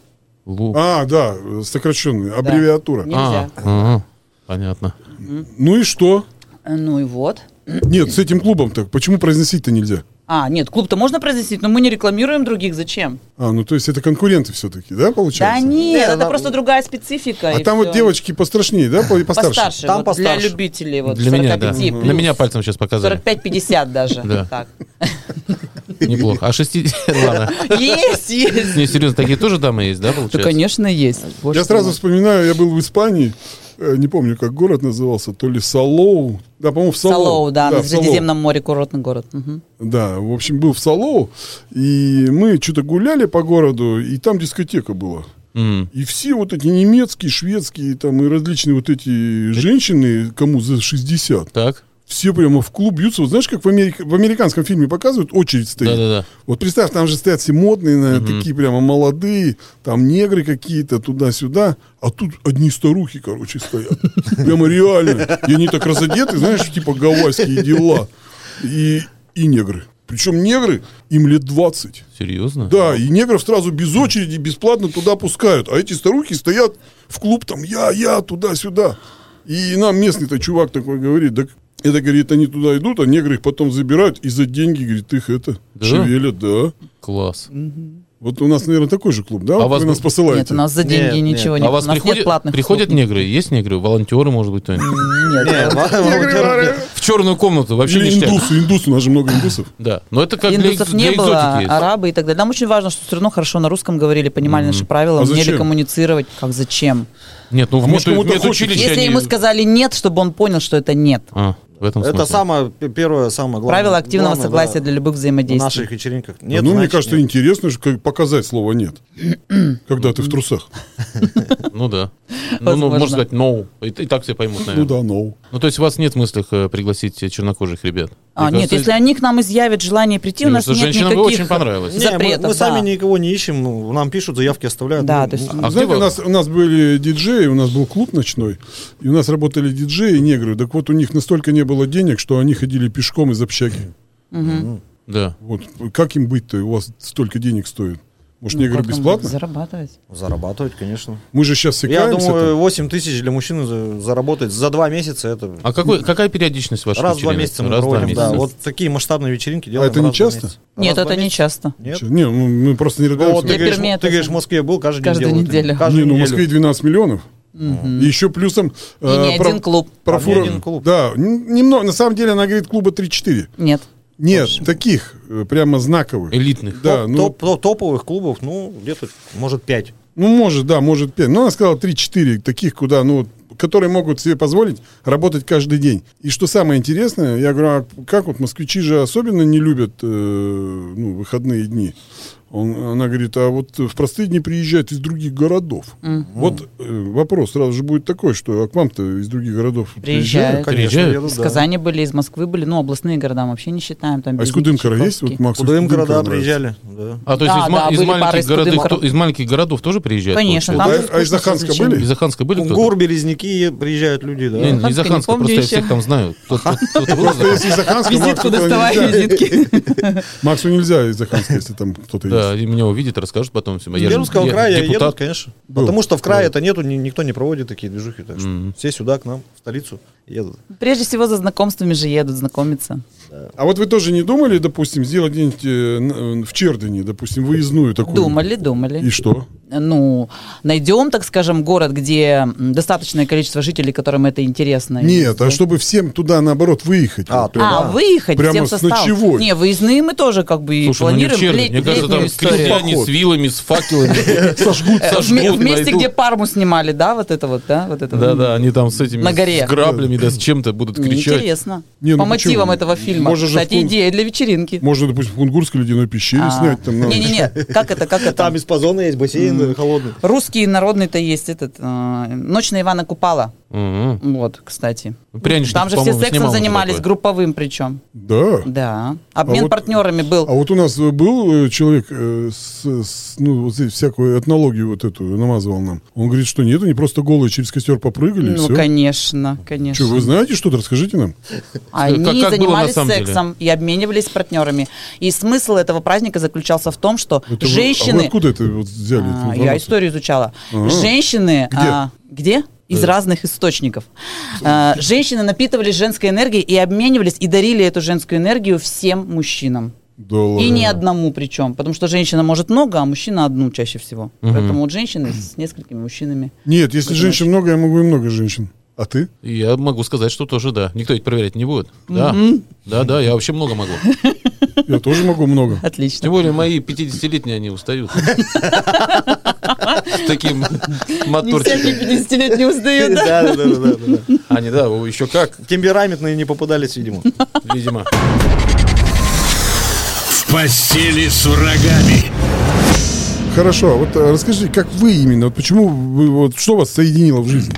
Speaker 2: Лук.
Speaker 3: А, да, сокращенный, аббревиатура.
Speaker 4: Нельзя.
Speaker 2: А, ага, понятно.
Speaker 3: Ну и что?
Speaker 4: Э, Ну и вот.
Speaker 3: Нет, с этим клубом так. Почему произносить-то нельзя?
Speaker 4: А, нет, клуб-то можно произнести, но мы не рекламируем других. Зачем?
Speaker 3: А, ну то есть это конкуренты все-таки, да, получается?
Speaker 4: Да нет,
Speaker 5: Нет,
Speaker 4: это
Speaker 5: она-
Speaker 4: просто другая специфика.
Speaker 3: А
Speaker 4: и
Speaker 3: там вот
Speaker 4: всё.
Speaker 3: девочки пострашнее, да, по- и постарше?
Speaker 4: Постарше.
Speaker 5: Там
Speaker 4: вот
Speaker 5: постарше.
Speaker 4: Для любителей вот
Speaker 2: Для
Speaker 4: 45
Speaker 2: меня, да.
Speaker 4: плюс.
Speaker 2: На меня пальцем сейчас показали.
Speaker 4: 45-50 даже.
Speaker 2: Да.
Speaker 4: Так.
Speaker 2: Неплохо. А 60... Ладно.
Speaker 4: Есть, есть.
Speaker 2: Не, серьезно, такие тоже дамы есть, да,
Speaker 4: Да,
Speaker 2: получается?
Speaker 4: Ну, конечно, есть.
Speaker 3: Я сразу вспоминаю, я был в Испании, э, не помню, как город назывался, то ли Салоу, да, по-моему, в Салоу.
Speaker 4: Салоу, да, на
Speaker 3: в Салоу.
Speaker 4: Средиземном море курортный город. Мгм.
Speaker 3: Да, в общем, был в Салоу, и мы что-то гуляли по городу, и там дискотека была.
Speaker 2: М.
Speaker 3: И все вот эти немецкие, шведские, там и различные вот эти женщины, кому за 60,
Speaker 2: Так?
Speaker 3: все прямо в клуб бьются. Вот знаешь, как в, Америк- в американском фильме показывают, очередь стоит.
Speaker 2: Да-да-да.
Speaker 3: Вот представь, там же стоят все модные, наверное, такие прямо молодые, там негры какие-то туда-сюда, а тут одни старухи, короче, стоят. Прямо реально. И они так разодеты, знаешь, типа гавайские дела. И, и негры. Причем негры, им лет 20.
Speaker 2: Серьезно?
Speaker 3: Да, и негров сразу без очереди бесплатно туда пускают. А эти старухи стоят в клуб там я, я, туда-сюда. И нам местный-то чувак такой говорит, да это, говорит, они туда идут, а негры их потом забирают и за деньги, говорит, их это
Speaker 2: Да?
Speaker 3: шевелят, да.
Speaker 2: Класс.
Speaker 3: Вот у нас, наверное, такой же клуб, да? вот
Speaker 2: А вас
Speaker 3: вы нас
Speaker 2: бы-
Speaker 3: посылаете.
Speaker 4: Нет, у нас за
Speaker 5: Нет,
Speaker 4: деньги
Speaker 5: нет.
Speaker 4: ничего
Speaker 5: А
Speaker 4: нет.
Speaker 2: А у вас
Speaker 4: у нас нет
Speaker 2: приходят,
Speaker 4: платных
Speaker 2: приходят
Speaker 4: услуг.
Speaker 2: негры? Есть негры? Волонтеры, может быть, кто-нибудь?
Speaker 4: Нет.
Speaker 2: В черную комнату вообще
Speaker 3: Или
Speaker 2: ништяк.
Speaker 3: индусы, индусы, у нас же много индусов.
Speaker 2: Да. Но это как для
Speaker 4: Индусов
Speaker 2: экз-
Speaker 4: не
Speaker 2: для
Speaker 4: было, а
Speaker 2: экзотики есть.
Speaker 4: арабы и так далее. Нам очень важно, что все равно хорошо на русском говорили, понимали наши правила,
Speaker 3: А
Speaker 4: умели
Speaker 3: зачем?
Speaker 4: коммуницировать. Как зачем?
Speaker 2: Нет, ну в
Speaker 3: может, кому-то
Speaker 2: медучилище
Speaker 3: хочется.
Speaker 2: училище
Speaker 4: Если
Speaker 2: они-
Speaker 4: ему сказали нет, чтобы он понял, что это нет.
Speaker 2: А, в этом
Speaker 5: Это
Speaker 2: смысле.
Speaker 5: самое п- первое, самое главное.
Speaker 4: Правила активного
Speaker 5: Главное,
Speaker 4: согласия
Speaker 5: да,
Speaker 4: для любых
Speaker 5: на
Speaker 4: взаимодействий.
Speaker 5: наших вечеринках. Нет,
Speaker 3: ну, мне
Speaker 5: значит,
Speaker 3: кажется,
Speaker 5: нет.
Speaker 3: интересно же как показать слово «нет», когда ты в трусах.
Speaker 2: Ну да. Ну, ну,
Speaker 4: Возможно.
Speaker 2: можно сказать, no. И, и так все поймут,
Speaker 3: Ну
Speaker 2: наверное.
Speaker 3: да, ну.
Speaker 2: Ну, то есть у вас нет в мыслях э, пригласить э, чернокожих ребят?
Speaker 4: А,
Speaker 2: Мне
Speaker 4: нет,
Speaker 2: кажется,
Speaker 4: если они к нам изъявят желание прийти, у
Speaker 2: Мне
Speaker 4: нас
Speaker 2: кажется,
Speaker 4: нет
Speaker 2: женщинам бы
Speaker 4: никаких...
Speaker 2: очень понравилось.
Speaker 5: Не, мы-
Speaker 4: запретов,
Speaker 5: мы, сами
Speaker 4: да.
Speaker 5: никого не ищем, ну, нам пишут, заявки оставляют.
Speaker 4: Да,
Speaker 5: ну,
Speaker 4: то есть
Speaker 5: ну,
Speaker 4: мы-
Speaker 2: А где
Speaker 3: Знаете,
Speaker 2: вы-
Speaker 3: у нас, у нас были диджеи, у нас был клуб ночной, и у нас работали диджеи и негры. Так вот, у них настолько не было денег, что они ходили пешком из общаги.
Speaker 2: Да.
Speaker 3: Вот, как им быть-то? У вас столько денег стоит. Может, негры
Speaker 4: Ну, Как нам
Speaker 3: бесплатно?
Speaker 4: Зарабатывать.
Speaker 5: ну, зарабатывать, конечно.
Speaker 3: Мы же сейчас
Speaker 5: Я
Speaker 3: секаемся.
Speaker 5: думаю, 8 тысяч для мужчины за- заработать за два месяца это...
Speaker 2: А какой, какая периодичность ваших
Speaker 5: Раз в два
Speaker 2: вечеринок?
Speaker 5: месяца мы
Speaker 2: Раз в два
Speaker 5: проводим, да.
Speaker 2: месяца.
Speaker 5: Вот такие масштабные вечеринки делаем.
Speaker 3: это не
Speaker 5: раз в два
Speaker 3: часто?
Speaker 5: месяца.
Speaker 4: Нет,
Speaker 3: А,
Speaker 5: Раз в
Speaker 4: это
Speaker 5: два
Speaker 4: не
Speaker 5: месяца.
Speaker 4: часто.
Speaker 5: Нет.
Speaker 3: Не, ну, мы просто не
Speaker 5: Ну, вот
Speaker 3: ругаемся.
Speaker 5: ты,
Speaker 4: Для
Speaker 5: говоришь,
Speaker 4: Перми
Speaker 5: ты
Speaker 4: это
Speaker 5: говоришь, в
Speaker 4: же-
Speaker 5: Москве был, каждый,
Speaker 4: Каждую
Speaker 5: день делают.
Speaker 4: неделю.
Speaker 5: Каждую
Speaker 3: Не, ну в
Speaker 5: неделю.
Speaker 3: Москве 12 миллионов. И еще плюсом...
Speaker 4: И ни
Speaker 3: Э, про-
Speaker 4: один клуб.
Speaker 3: про
Speaker 5: А, ни
Speaker 3: фура-
Speaker 5: один клуб.
Speaker 3: Да, н- немного. На самом деле она говорит клуба 3-4.
Speaker 4: Нет.
Speaker 3: Нет, таких э, прямо знаковых.
Speaker 2: Элитных.
Speaker 3: Да,
Speaker 5: Топ-
Speaker 3: ну,
Speaker 5: топ- топ- топовых клубов, ну, где-то, может, 5.
Speaker 3: ну может, да, может 5. Но она сказала 3-4 таких, куда, ну, вот, которые могут себе позволить работать каждый день. И что самое интересное, я говорю, а как вот москвичи же особенно не любят э, ну, выходные дни. Он- она говорит, а вот в простые дни приезжают из других городов. Вот э, вопрос сразу же будет такой, что а к вам-то из других городов
Speaker 4: Приезжают.
Speaker 2: Приезжают?
Speaker 3: Ну
Speaker 5: едут,
Speaker 4: Из
Speaker 5: да.
Speaker 4: Казани были, из Москвы были, ну, областные города мы вообще не считаем. Там
Speaker 3: А из
Speaker 4: Березник,
Speaker 3: Кудымкара есть? Вот
Speaker 4: Чайковский.
Speaker 3: Макс из
Speaker 5: Куда им
Speaker 3: Кудымкара
Speaker 5: города
Speaker 3: нравится.
Speaker 5: приезжали? Да.
Speaker 2: А то есть
Speaker 4: Да,
Speaker 2: из, ма-
Speaker 4: да,
Speaker 2: из
Speaker 4: были пары
Speaker 2: маленьких
Speaker 4: из
Speaker 2: городов,
Speaker 4: Кудымкара.
Speaker 2: кто- из маленьких городов тоже приезжают?
Speaker 4: Конечно,
Speaker 2: получается?
Speaker 3: А- а
Speaker 4: там же вкусно
Speaker 3: из Заханска
Speaker 4: развлечения.
Speaker 3: были?
Speaker 2: Из Аханска были кто-то?
Speaker 5: Кунгур, Березники приезжают люди, да.
Speaker 2: Не, не из
Speaker 4: Аханска не
Speaker 2: Аханска,
Speaker 4: помню
Speaker 2: просто я
Speaker 4: еще.
Speaker 2: всех там знаю. Тот- тот- тот был,
Speaker 3: Просто
Speaker 2: да.
Speaker 3: если из Аханска, Максу
Speaker 4: Визитку
Speaker 3: туда
Speaker 4: доставай,
Speaker 3: нельзя.
Speaker 4: визитки.
Speaker 3: Максу нельзя из Аханска, если там кто-то
Speaker 2: Да,
Speaker 3: есть.
Speaker 2: и меня увидят, расскажут потом всем. А
Speaker 5: Из
Speaker 2: Я же
Speaker 5: Пермского
Speaker 2: я
Speaker 5: края едут,
Speaker 2: депутат.
Speaker 5: конечно.
Speaker 3: Был.
Speaker 5: Потому что в крае это нету, ни- никто не проводит такие движухи. Так что все сюда, к нам, в столицу едут.
Speaker 4: Прежде всего за знакомствами же едут, знакомиться.
Speaker 3: А вот вы тоже не думали, допустим, сделать где-нибудь э, н- э, в Чердене, допустим, выездную такую?
Speaker 4: Думали,
Speaker 3: И
Speaker 4: думали.
Speaker 3: что?
Speaker 4: Ну, найдем, так скажем, город, где м, достаточное количество жителей, которым это интересно.
Speaker 3: Нет, а чтобы всем туда, наоборот, выехать.
Speaker 5: А,
Speaker 3: Вот
Speaker 5: то-
Speaker 3: прям.
Speaker 4: А,
Speaker 5: Да.
Speaker 4: выехать
Speaker 3: Прямо
Speaker 4: всем
Speaker 3: с
Speaker 4: составом.
Speaker 3: ночевой.
Speaker 4: Не, выездные мы тоже как бы и
Speaker 2: Слушай, ну не в
Speaker 4: планируем
Speaker 2: Черви.
Speaker 4: лет-
Speaker 2: Мне кажется,
Speaker 4: летнюю
Speaker 2: там
Speaker 4: историю.
Speaker 2: крестьяне с вилами, с факелами сожгут,
Speaker 4: Э, в-
Speaker 2: сожгут.
Speaker 4: в месте,
Speaker 2: найдут.
Speaker 4: где парму снимали, да, вот это вот, да, вот это вот.
Speaker 2: Да-да, они там с этими
Speaker 4: На горе.
Speaker 2: с граблями, да, с чем-то будут
Speaker 4: Мне
Speaker 2: кричать.
Speaker 4: Интересно.
Speaker 3: Не, ну
Speaker 4: По
Speaker 3: почему?
Speaker 4: мотивам этого фильма.
Speaker 3: Можно же в
Speaker 4: Кстати,
Speaker 3: пункт-
Speaker 4: идея для вечеринки.
Speaker 3: Можно, допустим, в Кунгурской ледяной пещере снять там. ну, на ночь.
Speaker 4: А. Не-не-не, как это, как это?
Speaker 5: Там из Пазона есть бассейн э, холодный.
Speaker 4: Русский народный-то есть этот, э, «Ночь на Ивана Купала».
Speaker 2: Мгм.
Speaker 4: Вот, кстати.
Speaker 2: Пряничник,
Speaker 4: Там же все
Speaker 2: Ну, по-моему, снимал
Speaker 4: сексом
Speaker 2: уже
Speaker 4: занимались,
Speaker 2: такое.
Speaker 4: групповым причем.
Speaker 3: Да.
Speaker 4: Да. Обмен
Speaker 3: А вот-
Speaker 4: партнерами был.
Speaker 3: А вот у нас э, был э, человек, э, с, с, ну, вот здесь всякую этнологию вот эту намазывал нам. Он говорит, что нет, они просто голые через костер попрыгали, и
Speaker 4: Ну,
Speaker 3: все.
Speaker 4: конечно, конечно.
Speaker 3: Что, вы знаете что-то? Расскажите нам.
Speaker 2: Как-
Speaker 4: Они
Speaker 2: как было на
Speaker 4: занимались
Speaker 2: самом деле?
Speaker 4: сексом и обменивались партнерами. И смысл этого праздника заключался в том, что
Speaker 3: Это вы- а вы
Speaker 4: женщины...
Speaker 3: откуда это вот взяли? эту
Speaker 4: А, я
Speaker 3: информацию?
Speaker 4: историю изучала.
Speaker 5: А.
Speaker 3: Ага.
Speaker 4: Женщины...
Speaker 3: Где?
Speaker 4: а, где? Из разных источников. А, женщины напитывались женской энергией и обменивались, и дарили эту женскую энергию всем мужчинам.
Speaker 3: Да ладно.
Speaker 4: И не одному причем, потому что женщина может много, а мужчина одну чаще всего. Поэтому вот женщины с несколькими мужчинами.
Speaker 3: Нет, если
Speaker 4: Понимаешь?
Speaker 3: женщин много, я могу и много женщин. А ты?
Speaker 2: Я могу сказать, что тоже да. Никто ведь проверять не будет. Да, да, да, я вообще много могу.
Speaker 3: Я тоже могу много.
Speaker 2: Тем
Speaker 4: Отлично.
Speaker 2: более мои 50-летние, они устают. С таким
Speaker 4: Не
Speaker 5: Типа
Speaker 4: всякие
Speaker 2: моторчиком.
Speaker 4: 50-летние узнают, да?
Speaker 5: Да, да, да, да, да, да.
Speaker 2: Они, да, о, еще как,
Speaker 5: Темпераментные не попадались, видимо.
Speaker 2: видимо.
Speaker 1: В постели с врагами.
Speaker 3: Хорошо, а вот э, расскажите, как вы именно, вот почему вы, вот что вас соединило в жизни?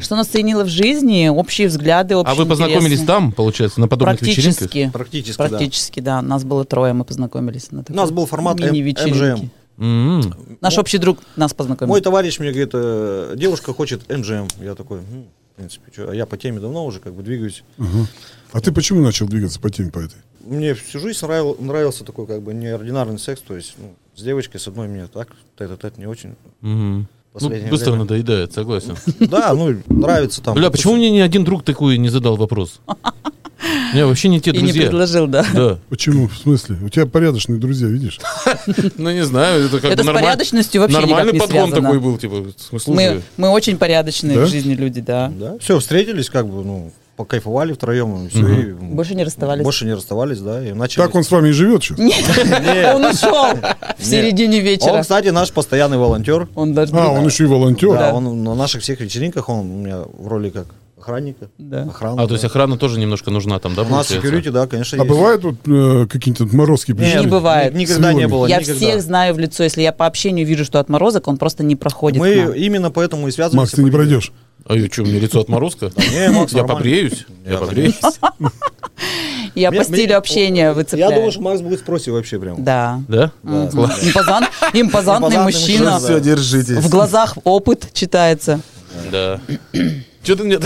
Speaker 4: Что нас соединило в жизни? Общие взгляды, общие
Speaker 2: А вы познакомились
Speaker 4: интересы.
Speaker 2: там, получается, на подобных вечеринках?
Speaker 4: Практически.
Speaker 5: Практически, да.
Speaker 4: Практически, да. Нас было трое, мы познакомились. На такой
Speaker 5: нас был формат М-
Speaker 4: мини-вечеринке.
Speaker 5: MGM.
Speaker 2: М.
Speaker 4: Наш общий друг нас познакомил.
Speaker 5: Мой товарищ мне говорит, э, девушка хочет МЖМ. Я такой, «М, в принципе, чё, а я по теме давно уже как бы двигаюсь.
Speaker 3: А ты почему начал двигаться по теме по этой?
Speaker 5: Мне всю жизнь нравил- нравился такой как бы неординарный секс, то есть ну, с девочкой, с одной мне так, тет это не очень.
Speaker 2: Мгм. Ну,
Speaker 5: Последнее
Speaker 2: быстро
Speaker 5: время.
Speaker 2: надоедает, согласен.
Speaker 5: Да, ну, нравится там.
Speaker 2: Бля,
Speaker 5: Ну,
Speaker 2: почему мне ни один друг такой не задал вопрос? Я вообще не те
Speaker 4: И не
Speaker 2: друзья.
Speaker 4: предложил, да.
Speaker 2: Да.
Speaker 3: Почему? В смысле? У тебя порядочные друзья, видишь?
Speaker 2: Ну, не знаю, это как
Speaker 4: Это
Speaker 2: бы
Speaker 4: с
Speaker 2: нормаль-
Speaker 4: порядочностью вообще
Speaker 2: Нормальный
Speaker 4: никак не
Speaker 2: подгон
Speaker 4: связано.
Speaker 2: такой был, типа, слушай,
Speaker 4: Мы, мы очень порядочные
Speaker 3: Да?
Speaker 4: в жизни люди, да.
Speaker 5: Да, все, встретились как бы, ну, покайфовали втроем. И все, и, м,
Speaker 4: Больше не расставались.
Speaker 5: Больше не расставались, да, и начали.
Speaker 3: Так он с вами и живет сейчас?
Speaker 2: Ну
Speaker 4: Он ушел в середине
Speaker 5: А Он,
Speaker 4: вечера.
Speaker 5: кстати, наш постоянный волонтер.
Speaker 4: Он даже
Speaker 3: А, он еще и волонтер.
Speaker 5: Да,
Speaker 4: Да.
Speaker 5: он на наших всех вечеринках, он у меня в роли как охранника.
Speaker 4: Да.
Speaker 5: Охрана.
Speaker 2: А, то есть охрана тоже немножко нужна там, да,
Speaker 5: У нас
Speaker 2: получается?
Speaker 5: security, да, конечно,
Speaker 3: А
Speaker 5: есть.
Speaker 3: бывают вот э, какие-то морозки
Speaker 5: Нет,
Speaker 4: Не
Speaker 3: пришли?
Speaker 4: бывает.
Speaker 5: ни- Никогда не
Speaker 3: Свелыми.
Speaker 5: было.
Speaker 4: Я
Speaker 5: никогда.
Speaker 4: всех знаю в лицо. Если я по общению вижу, что отморозок, он просто не проходит. к
Speaker 5: Мы
Speaker 4: нам.
Speaker 5: именно поэтому и связываемся.
Speaker 3: Макс, ты не
Speaker 5: по видео.
Speaker 3: пройдешь.
Speaker 2: А я что, у меня лицо отморозка?
Speaker 5: не, Макс,
Speaker 2: Я
Speaker 5: нормально.
Speaker 2: побреюсь, я
Speaker 5: Я
Speaker 2: побреюсь.
Speaker 4: Я
Speaker 5: Мне-
Speaker 4: по
Speaker 5: мне-
Speaker 4: стилю общения выцепляю.
Speaker 5: Я думал, что Макс будет спросить вообще прям.
Speaker 4: Да.
Speaker 2: Да?
Speaker 4: Мгм. Импозан- Импозантный
Speaker 5: Импозантный
Speaker 4: мужчина.
Speaker 5: мужчина, да.
Speaker 6: Все, держитесь.
Speaker 4: В глазах опыт читается.
Speaker 2: Да. Че ты мне...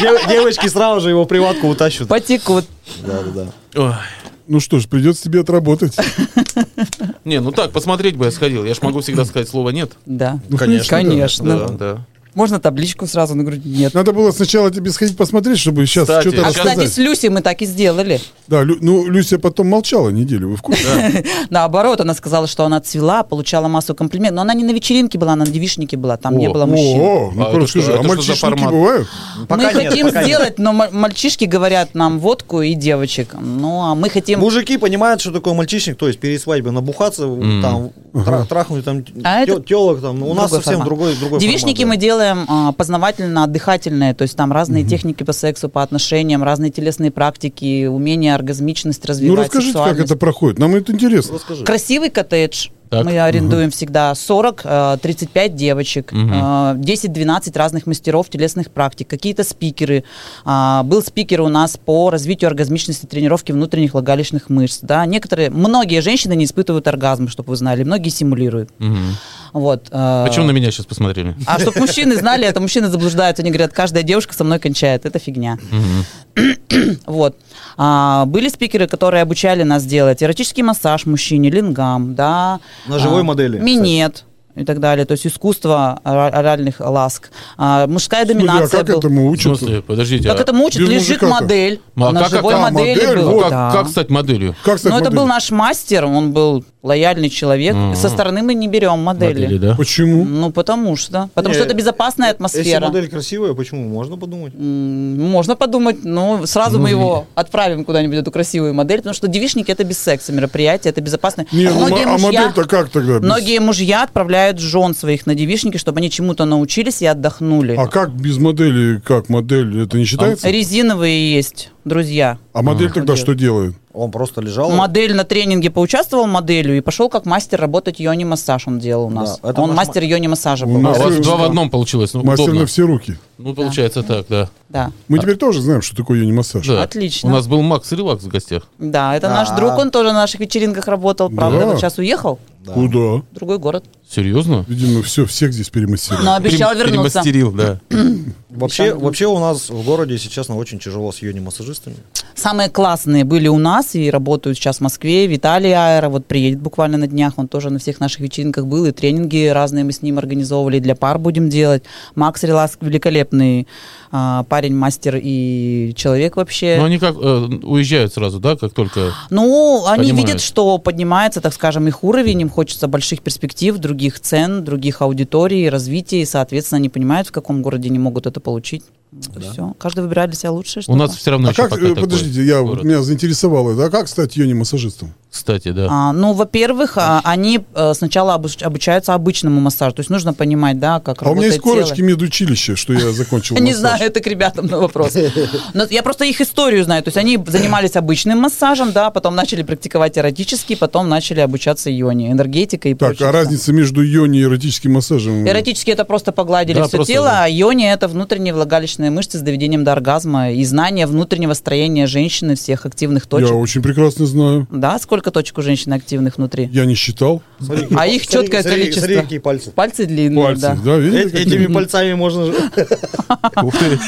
Speaker 5: Дев- Девочки сразу же его приватку утащат.
Speaker 4: Потекут.
Speaker 5: Да, да, да.
Speaker 2: Ой.
Speaker 3: Ну что ж, придется тебе отработать.
Speaker 2: Не, ну так, посмотреть бы я сходил. Я ж могу всегда сказать слово «нет».
Speaker 4: Да.
Speaker 3: Ну, в принципе, да.
Speaker 4: Конечно.
Speaker 2: да.
Speaker 4: Можно табличку сразу на груди. Нет.
Speaker 3: Надо было сначала тебе сходить посмотреть, чтобы сейчас
Speaker 2: Кстати,
Speaker 3: что-то
Speaker 2: а,
Speaker 4: А, кстати,
Speaker 3: рассказать.
Speaker 4: с Люсей мы так и сделали.
Speaker 3: Да, Лю- ну Люся потом молчала неделю, вы в курсе?
Speaker 4: Наоборот, она сказала, что она цвела, получала массу комплиментов. Но она не на вечеринке была, она на девичнике была, там не
Speaker 2: О,
Speaker 4: было мужчин.
Speaker 3: О,
Speaker 2: А
Speaker 3: ну
Speaker 2: это
Speaker 3: просто
Speaker 2: что- это
Speaker 3: скажи, а
Speaker 2: что за
Speaker 3: мальчишники
Speaker 2: формат?
Speaker 3: бывают?
Speaker 5: Пока
Speaker 4: мы
Speaker 5: нет,
Speaker 4: хотим
Speaker 5: пока нет.
Speaker 4: сделать, но ма- мальчишки говорят нам водку и девочек. Ну, а мы хотим...
Speaker 5: Мужики понимают, что такое мальчишник, то есть перед свадьбой набухаться, там, тра- трахнуть там
Speaker 4: А это
Speaker 5: телок там. Ну, У нас
Speaker 4: другой
Speaker 5: совсем
Speaker 4: формат.
Speaker 5: другой другой
Speaker 4: Девичники мы
Speaker 5: формат,
Speaker 4: делаем а, познавательно-отдыхательные, то есть там разные техники по сексу, по отношениям, разные телесные практики, умение оргазмичность
Speaker 3: Ну
Speaker 4: развивать,
Speaker 3: расскажите, как
Speaker 4: сексуальность.
Speaker 3: это проходит, нам это
Speaker 5: да.
Speaker 3: интересно.
Speaker 5: Расскажи.
Speaker 4: Красивый коттедж.
Speaker 2: Так.
Speaker 4: Мы арендуем всегда 40-35 девочек, э, 10-12 разных мастеров телесных практик, какие-то спикеры. А, Был спикер у нас по развитию оргазмичности тренировки внутренних влагалищных мышц. Да? Некоторые, многие женщины не испытывают оргазм, чтобы вы знали, многие симулируют. Вот, э,
Speaker 2: Почему А на меня сейчас посмотрели?
Speaker 4: а чтобы мужчины знали, это мужчины заблуждаются. Они говорят, каждая девушка со мной кончает. Это фигня. Вот. А, были спикеры, которые обучали нас делать эротический массаж мужчине, лингам, да. А,
Speaker 5: На живой модели,
Speaker 4: Минет и так далее. То есть искусство ора- оральных ласк. А, мужская
Speaker 3: Ну, а
Speaker 4: доминация
Speaker 3: как
Speaker 4: был.
Speaker 3: этому
Speaker 2: В
Speaker 3: учат?
Speaker 2: смысле, подождите.
Speaker 4: Как
Speaker 2: а-
Speaker 4: это учат?
Speaker 3: без
Speaker 4: Лежит
Speaker 3: мужика-то?
Speaker 4: модель.
Speaker 2: А
Speaker 4: На
Speaker 2: как-
Speaker 4: живой
Speaker 3: а,
Speaker 4: модели
Speaker 3: модель,
Speaker 4: был.
Speaker 2: а как,
Speaker 4: да.
Speaker 2: как стать моделью?
Speaker 3: Как стать
Speaker 4: Но Ну, это был
Speaker 3: моделью?
Speaker 4: наш мастер, он был лояльный человек. Со стороны мы не берем модели.
Speaker 2: Модели, да?
Speaker 3: Почему?
Speaker 4: Ну, потому что. Потому
Speaker 5: Не,
Speaker 4: что это безопасная
Speaker 5: Если
Speaker 4: атмосфера.
Speaker 5: модель красивая, почему? Можно подумать.
Speaker 4: М, Можно подумать, но сразу мы его отправим куда-нибудь, эту красивую модель, потому что
Speaker 3: ну,
Speaker 4: девичники это без секса мероприятие, это безопасно.
Speaker 3: а Не, ну, мо- а модель-то как тогда? без-
Speaker 4: многие мужья отправляют жен своих на девичники, чтобы они чему-то научились и отдохнули.
Speaker 3: А как без модели, как модель, это не считается?
Speaker 4: Резиновые есть, друзья.
Speaker 3: А модель тогда
Speaker 4: Модель.
Speaker 3: что делает?
Speaker 5: Он просто лежал.
Speaker 4: Модель на тренинге поучаствовал моделью и пошел как мастер работать йони-массаж он делал у нас.
Speaker 5: Да, это
Speaker 4: он
Speaker 5: наш
Speaker 4: мастер йони-массажа
Speaker 3: У
Speaker 4: был.
Speaker 2: А у
Speaker 3: нас-
Speaker 2: вас
Speaker 3: Мастер-
Speaker 2: два в одном получилось, ну,
Speaker 3: Мастер
Speaker 2: удобно.
Speaker 3: на все руки.
Speaker 2: Ну, получается так, да.
Speaker 4: Да.
Speaker 3: Мы теперь тоже знаем, что такое юни-массаж.
Speaker 2: Да.
Speaker 4: Отлично.
Speaker 2: У нас был Макс Релакс в гостях.
Speaker 4: Да, это наш
Speaker 5: Да.
Speaker 4: друг, он тоже на наших вечеринках работал, правда,
Speaker 3: Да.
Speaker 4: вот сейчас уехал
Speaker 5: Да.
Speaker 3: Куда?
Speaker 4: в другой город,
Speaker 2: Серьезно?
Speaker 3: Видимо, все, всех здесь перемассировали.
Speaker 2: Ну,
Speaker 4: но обещал
Speaker 2: Перем-
Speaker 4: вернуться.
Speaker 2: Перемастерил, да.
Speaker 5: Вообще, вообще у нас в городе, если честно, очень тяжело с йони-массажистами.
Speaker 4: Самые классные были у нас и работают сейчас в Москве. Виталий Аэро вот приедет буквально на днях, он тоже на всех наших вечеринках был, и тренинги разные мы с ним организовывали, и для пар будем делать. Макс Реласк великолепный а, парень, мастер и человек вообще.
Speaker 2: Но они как э, уезжают сразу, да, как только...
Speaker 4: Ну, они
Speaker 2: Понимаю.
Speaker 4: видят, что поднимается, так скажем, их уровень, им хочется больших перспектив, других цен, других аудиторий, развития, и, соответственно, они понимают, в каком городе они могут это получить. Все. Каждый выбирает для себя лучшее, что
Speaker 2: У нас все равно
Speaker 3: А
Speaker 2: еще
Speaker 3: как,
Speaker 2: пока
Speaker 3: э,
Speaker 2: такой
Speaker 3: подождите, я, вот
Speaker 2: город.
Speaker 3: меня заинтересовало это. А как стать йони-массажистом?
Speaker 2: Кстати, да.
Speaker 4: А, ну, во-первых, а, они э, сначала обуч- обучаются обычному массажу, то есть нужно понимать, да, как
Speaker 3: А у меня
Speaker 4: работает
Speaker 3: есть корочки
Speaker 4: тело.
Speaker 3: медучилища, что я закончил
Speaker 4: Не
Speaker 3: массаж.
Speaker 4: знаю, это к ребятам на вопрос. Но я просто их историю знаю. То есть они занимались обычным массажем, да, потом начали практиковать эротический, потом начали обучаться йоне, энергетика и
Speaker 3: Так, а
Speaker 4: прочее.
Speaker 3: разница между йони и эротическим массажем?
Speaker 4: Эротически это просто погладили
Speaker 2: Да,
Speaker 4: все
Speaker 2: просто,
Speaker 4: тело,
Speaker 2: да.
Speaker 4: а йони это внутренние влагалищные мышцы с доведением до оргазма и знание внутреннего строения женщины всех активных точек.
Speaker 3: Я очень прекрасно знаю.
Speaker 4: Да, сколько точек у женщины активных внутри?
Speaker 3: Я не считал.
Speaker 4: А их четкое количество.
Speaker 5: Смотри, какие пальцы.
Speaker 4: Пальцы длинные,
Speaker 3: Пальцы,
Speaker 4: да. Э,
Speaker 3: да, видите?
Speaker 5: Э-
Speaker 3: какие?
Speaker 5: Этими пальцами можно... же-
Speaker 2: Ух ты.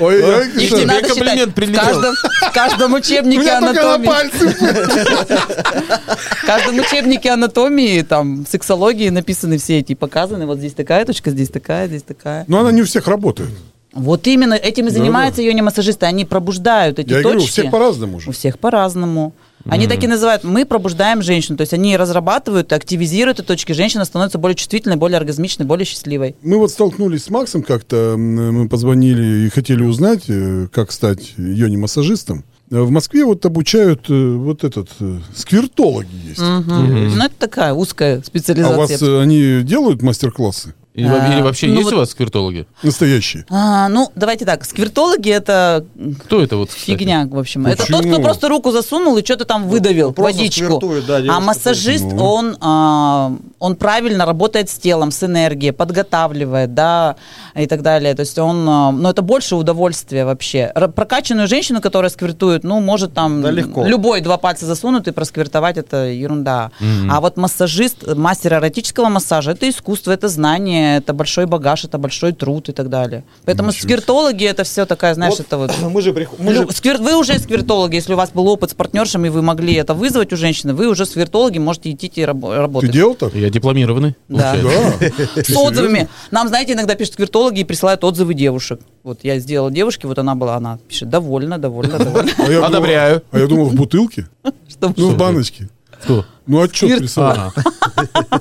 Speaker 3: Ой, ой, ой,
Speaker 4: Их
Speaker 3: что?
Speaker 4: не надо
Speaker 2: Тебе комплимент
Speaker 4: считать. В
Speaker 2: прилетел.
Speaker 4: каждом, в каждом
Speaker 3: У
Speaker 4: учебнике
Speaker 3: меня только на
Speaker 4: анатомии,
Speaker 3: пальце.
Speaker 4: в каждом учебнике анатомии, там, сексологии написаны все эти, показаны, вот здесь такая точка, здесь такая, здесь такая.
Speaker 3: Но она не у всех работает.
Speaker 4: Вот именно этим и
Speaker 3: Да,
Speaker 4: занимаются йони-массажисты, они пробуждают эти
Speaker 3: Я и
Speaker 4: точки.
Speaker 3: говорю, у всех по-разному же.
Speaker 4: У всех по-разному. Они так и называют, мы пробуждаем женщину. То есть они разрабатывают, активизируют эти точки. Женщина становится более чувствительной, более оргазмичной, более счастливой.
Speaker 3: Мы вот столкнулись с Максом как-то, м, мы позвонили и хотели узнать, э, как стать йони-массажистом. Э, В Москве вот обучают э, вот этот, э, сквиртологи есть.
Speaker 4: Ну, это такая узкая
Speaker 3: А
Speaker 4: специализация.
Speaker 3: у вас э, они делают мастер-классы
Speaker 2: Или во-
Speaker 4: А,
Speaker 2: или вообще
Speaker 4: ну
Speaker 2: есть
Speaker 4: вот-
Speaker 2: у вас сквиртологи?
Speaker 3: настоящие?
Speaker 4: А, ну, давайте так. Сквиртологи это
Speaker 2: Кто это вот? кстати?
Speaker 4: фигня, в общем. Это
Speaker 3: Почему?
Speaker 4: тот, кто просто руку засунул и что-то там выдавил,
Speaker 5: просто
Speaker 4: водичку.
Speaker 5: сквиртует, да,
Speaker 4: а
Speaker 5: девушка
Speaker 4: массажист,
Speaker 3: тоже. Ну.
Speaker 4: он, а, он правильно работает с телом, с энергией, подготавливает, да, и так далее. То есть он, а, ну, это больше удовольствия вообще. Р- прокачанную женщину, которая сквиртует, ну, может там
Speaker 5: Да, легко.
Speaker 4: любой два пальца засунут и просквиртовать, это ерунда. А вот массажист, мастер эротического массажа, это искусство, это знание, это большой багаж, это большой труд и так далее. Поэтому
Speaker 3: Ничего себе.
Speaker 4: сквиртологи это все такая, знаешь,
Speaker 5: Вот
Speaker 4: это вот... Ну,
Speaker 5: Мы же приход- мы
Speaker 4: Лю-
Speaker 5: же
Speaker 4: сквир- Вы уже сквиртологи, если у вас был опыт с партнершем, и вы могли это вызвать у женщины, вы уже сквиртологи, можете идти и рабо-
Speaker 3: Ты
Speaker 4: работать.
Speaker 3: делал так?
Speaker 2: Я дипломированный.
Speaker 4: Да.
Speaker 2: получается.
Speaker 3: Да. А
Speaker 4: С отзывами. Нам, знаете, иногда пишут сквиртологи и присылают отзывы девушек. Вот я сделала девушке, вот она была, она пишет, довольна, довольна, довольна.
Speaker 3: А я думал-
Speaker 2: Одобряю.
Speaker 3: А я думал, в бутылке?
Speaker 4: Что
Speaker 3: Ну, в баночке.
Speaker 2: Кто?
Speaker 3: Ну, отчет
Speaker 4: Спирт.
Speaker 3: рисовал.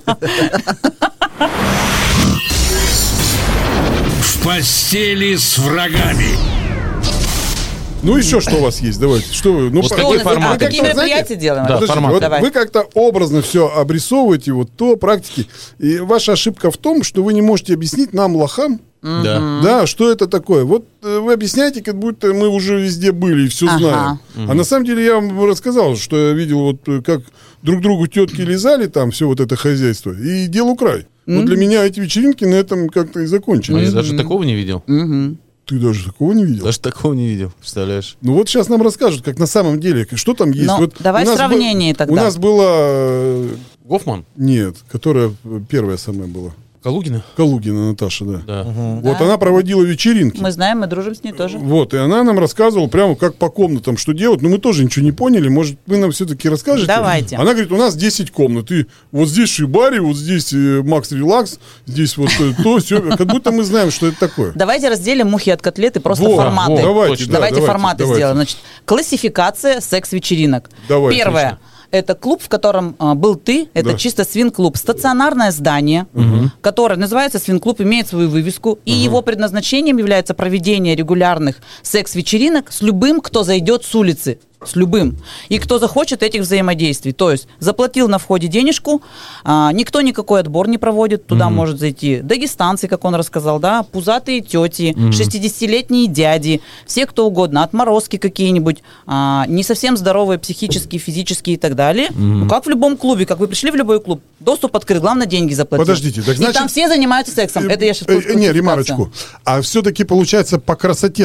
Speaker 2: А,
Speaker 1: В постели с врагами.
Speaker 3: Ну, еще что у вас есть? Давайте. Что вы? Ну,
Speaker 2: Вот
Speaker 3: по-
Speaker 4: Что у
Speaker 2: Какие
Speaker 4: нас- а
Speaker 2: форматы?
Speaker 4: какие
Speaker 3: Вы как-то,
Speaker 4: мероприятия
Speaker 3: знаете,
Speaker 4: делаем?
Speaker 2: Да,
Speaker 3: Подождите,
Speaker 2: формат.
Speaker 3: вот
Speaker 4: Давай.
Speaker 3: вы как-то образно все обрисовываете, вот то практики. И ваша ошибка в том, что вы не можете объяснить нам, лохам,
Speaker 2: Да.
Speaker 3: да, что это такое. Вот э, вы объясняете, как будто мы уже везде были и все
Speaker 4: Ага.
Speaker 3: знаем. А на самом деле я вам рассказал, что я видел, вот э, как друг другу тетки лизали там все вот это хозяйство, и делу край. Вот для меня эти вечеринки на этом как-то
Speaker 2: Ну,
Speaker 3: и
Speaker 2: Я
Speaker 3: закончились.
Speaker 2: даже такого не видел.
Speaker 4: Мгм.
Speaker 3: Ты даже такого не видел?
Speaker 2: Даже такого не видел, представляешь?
Speaker 3: Ну вот сейчас нам расскажут, как на самом деле, что там есть.
Speaker 4: Ну,
Speaker 3: вот
Speaker 4: давай
Speaker 3: у нас
Speaker 4: сравнение
Speaker 3: бы-
Speaker 4: тогда.
Speaker 3: У нас была... э,
Speaker 2: Гофман?
Speaker 3: Нет, которая э, первая самая была.
Speaker 2: Калугина?
Speaker 3: Калугина Наташа, да.
Speaker 2: Да.
Speaker 3: Вот она проводила вечеринки.
Speaker 4: Ну, Мы знаем, мы дружим с ней тоже.
Speaker 3: Вот, и она нам рассказывала прямо как по комнатам, что делать. Но мы тоже ничего не поняли. Может, вы нам все-таки расскажете?
Speaker 4: Давайте.
Speaker 3: Она говорит, у нас 10 комнат. И вот здесь Шибари, вот здесь э, Макс Релакс, здесь вот э, то, все. Как будто мы знаем, что это такое.
Speaker 4: Давайте разделим мухи от котлеты, просто
Speaker 3: Во,
Speaker 4: форматы.
Speaker 2: во,
Speaker 3: давайте,
Speaker 2: точно.
Speaker 3: да,
Speaker 4: давайте, форматы
Speaker 3: давайте.
Speaker 4: сделаем. Значит, классификация секс-вечеринок.
Speaker 3: Давай,
Speaker 4: Первое.
Speaker 3: отлично.
Speaker 4: Это клуб, в котором а, был ты. Это
Speaker 3: Да.
Speaker 4: чисто свин-клуб. Стационарное здание, которое называется свин-клуб, имеет свою вывеску. И его предназначением является проведение регулярных секс-вечеринок с любым, кто зайдет с улицы. С любым. И кто захочет этих взаимодействий. То есть заплатил на входе денежку, а, никто никакой отбор не проводит, туда может зайти дагестанцы, как он рассказал, да, пузатые тети, 60-летние дяди, все кто угодно, отморозки какие-нибудь, а, не совсем здоровые психические, физические и так далее. Ну, как в любом клубе, как вы пришли в любой клуб, доступ открыт, главное деньги заплатить.
Speaker 3: Подождите, так
Speaker 4: И там
Speaker 3: значит-
Speaker 4: все занимаются сексом.
Speaker 3: Э,
Speaker 4: Это я сейчас...
Speaker 3: э, Не, ремарочку. А все-таки получается по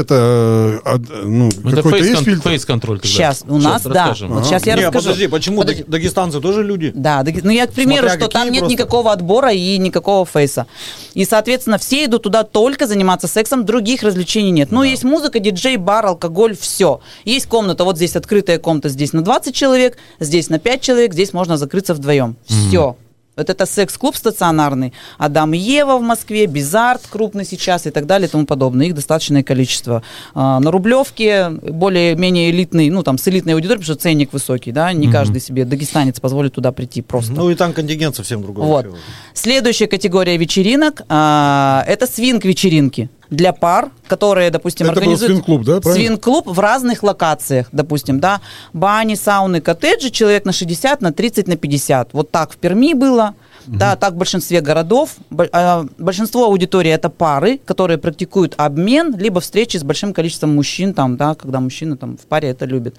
Speaker 3: красоте-то э, од- ну,
Speaker 2: Это
Speaker 3: какой-то есть фильтр?
Speaker 2: фейс-контроль. тогда.
Speaker 4: Сейчас, у нас, да.
Speaker 2: расскажем.
Speaker 4: Вот сейчас я
Speaker 5: Не,
Speaker 4: расскажу.
Speaker 5: подожди, почему
Speaker 4: Подожди.
Speaker 5: даг- дагестанцы тоже люди?
Speaker 4: Да, да, ну я к примеру,
Speaker 5: Смотря
Speaker 4: что там
Speaker 5: какие
Speaker 4: нет
Speaker 5: просто.
Speaker 4: никакого отбора и никакого фейса. И, соответственно, все идут туда только заниматься сексом, других развлечений нет. Ну, есть музыка, диджей, бар, алкоголь, все. Есть комната, вот здесь открытая комната, здесь на 20 человек, здесь на 5 человек, здесь можно закрыться вдвоем. Все. Вот это секс-клуб стационарный, Адам и Ева в Москве, Бизард крупный сейчас и так далее и тому подобное. Их достаточное количество. А, на Рублевке более-менее элитный, ну там с элитной аудиторией, потому что ценник высокий, да, не каждый себе дагестанец позволит туда прийти просто.
Speaker 5: Ну и там контингент совсем другой.
Speaker 4: Вот. Следующая категория вечеринок а, это свинг-вечеринки для пар, которые, допустим,
Speaker 3: Это был
Speaker 4: организуют
Speaker 3: свинг-клуб, да, правильно?
Speaker 4: Свинг-клуб в разных локациях, допустим, да, бани, сауны, коттеджи, человек на 60, на 30, на 50. Вот так в Перми было. Да, так в большинстве городов. Бо- а, Большинство аудитории это пары, которые практикуют обмен, либо встречи с большим количеством мужчин, там, да, когда мужчина там в паре это любит.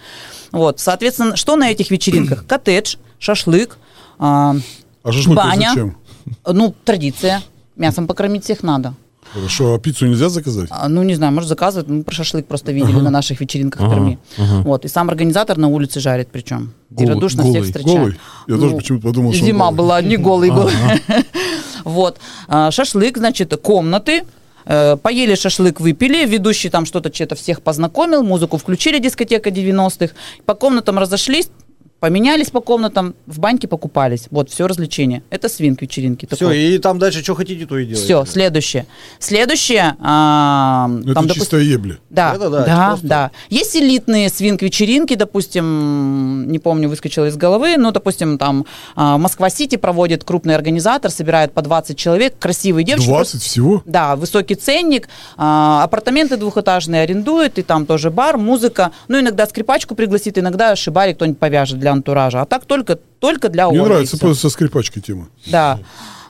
Speaker 4: Вот, соответственно, что на этих вечеринках? Коттедж, шашлык, а,
Speaker 3: А шашлык
Speaker 4: Баня.
Speaker 3: зачем?
Speaker 4: ну, традиция. Мясом покормить всех надо.
Speaker 3: Хорошо, а пиццу нельзя заказать?
Speaker 4: А, Ну, не знаю, может, заказывать. Мы про шашлык просто видели на наших вечеринках в
Speaker 2: Ага,
Speaker 4: Перми.
Speaker 2: ага.
Speaker 4: Вот. И сам организатор на улице жарит причем.
Speaker 2: Голый-
Speaker 4: и радушно
Speaker 2: голый,
Speaker 4: всех встречает.
Speaker 3: Голый? Я
Speaker 4: Ну,
Speaker 3: тоже почему-то подумал, что он
Speaker 4: Зима
Speaker 3: голый.
Speaker 4: была, не голый был. Вот. А, Шашлык, значит, комнаты. Э, Поели шашлык, выпили, ведущий там что-то что-то всех познакомил, музыку включили, дискотека 90-х, по комнатам разошлись, поменялись по комнатам, в баньке покупались. Вот, все развлечение. Это свинг-вечеринки.
Speaker 5: Все, и там дальше что хотите, то и делайте.
Speaker 4: Все, следующее. Следующее, а,
Speaker 3: Ну, Это
Speaker 4: там, допустим,
Speaker 3: чистая ебля.
Speaker 4: да,
Speaker 5: Это да,
Speaker 4: да,
Speaker 5: это
Speaker 4: да,
Speaker 5: просто.
Speaker 4: Есть элитные свинг-вечеринки, допустим, не помню, выскочила из головы, но, допустим, там а, Москва-Сити проводит крупный организатор, собирает по 20 человек, красивые девочки.
Speaker 3: 20 всего?
Speaker 4: Да, высокий ценник, а, апартаменты двухэтажные арендует, и там тоже бар, музыка. Ну, иногда скрипачку пригласит, иногда шибарик кто-нибудь повяжет для антуража. А так только, только для
Speaker 3: Мне
Speaker 4: Оли, и
Speaker 3: нравится
Speaker 4: всё.
Speaker 3: просто со скрипачкой тема.
Speaker 4: Да,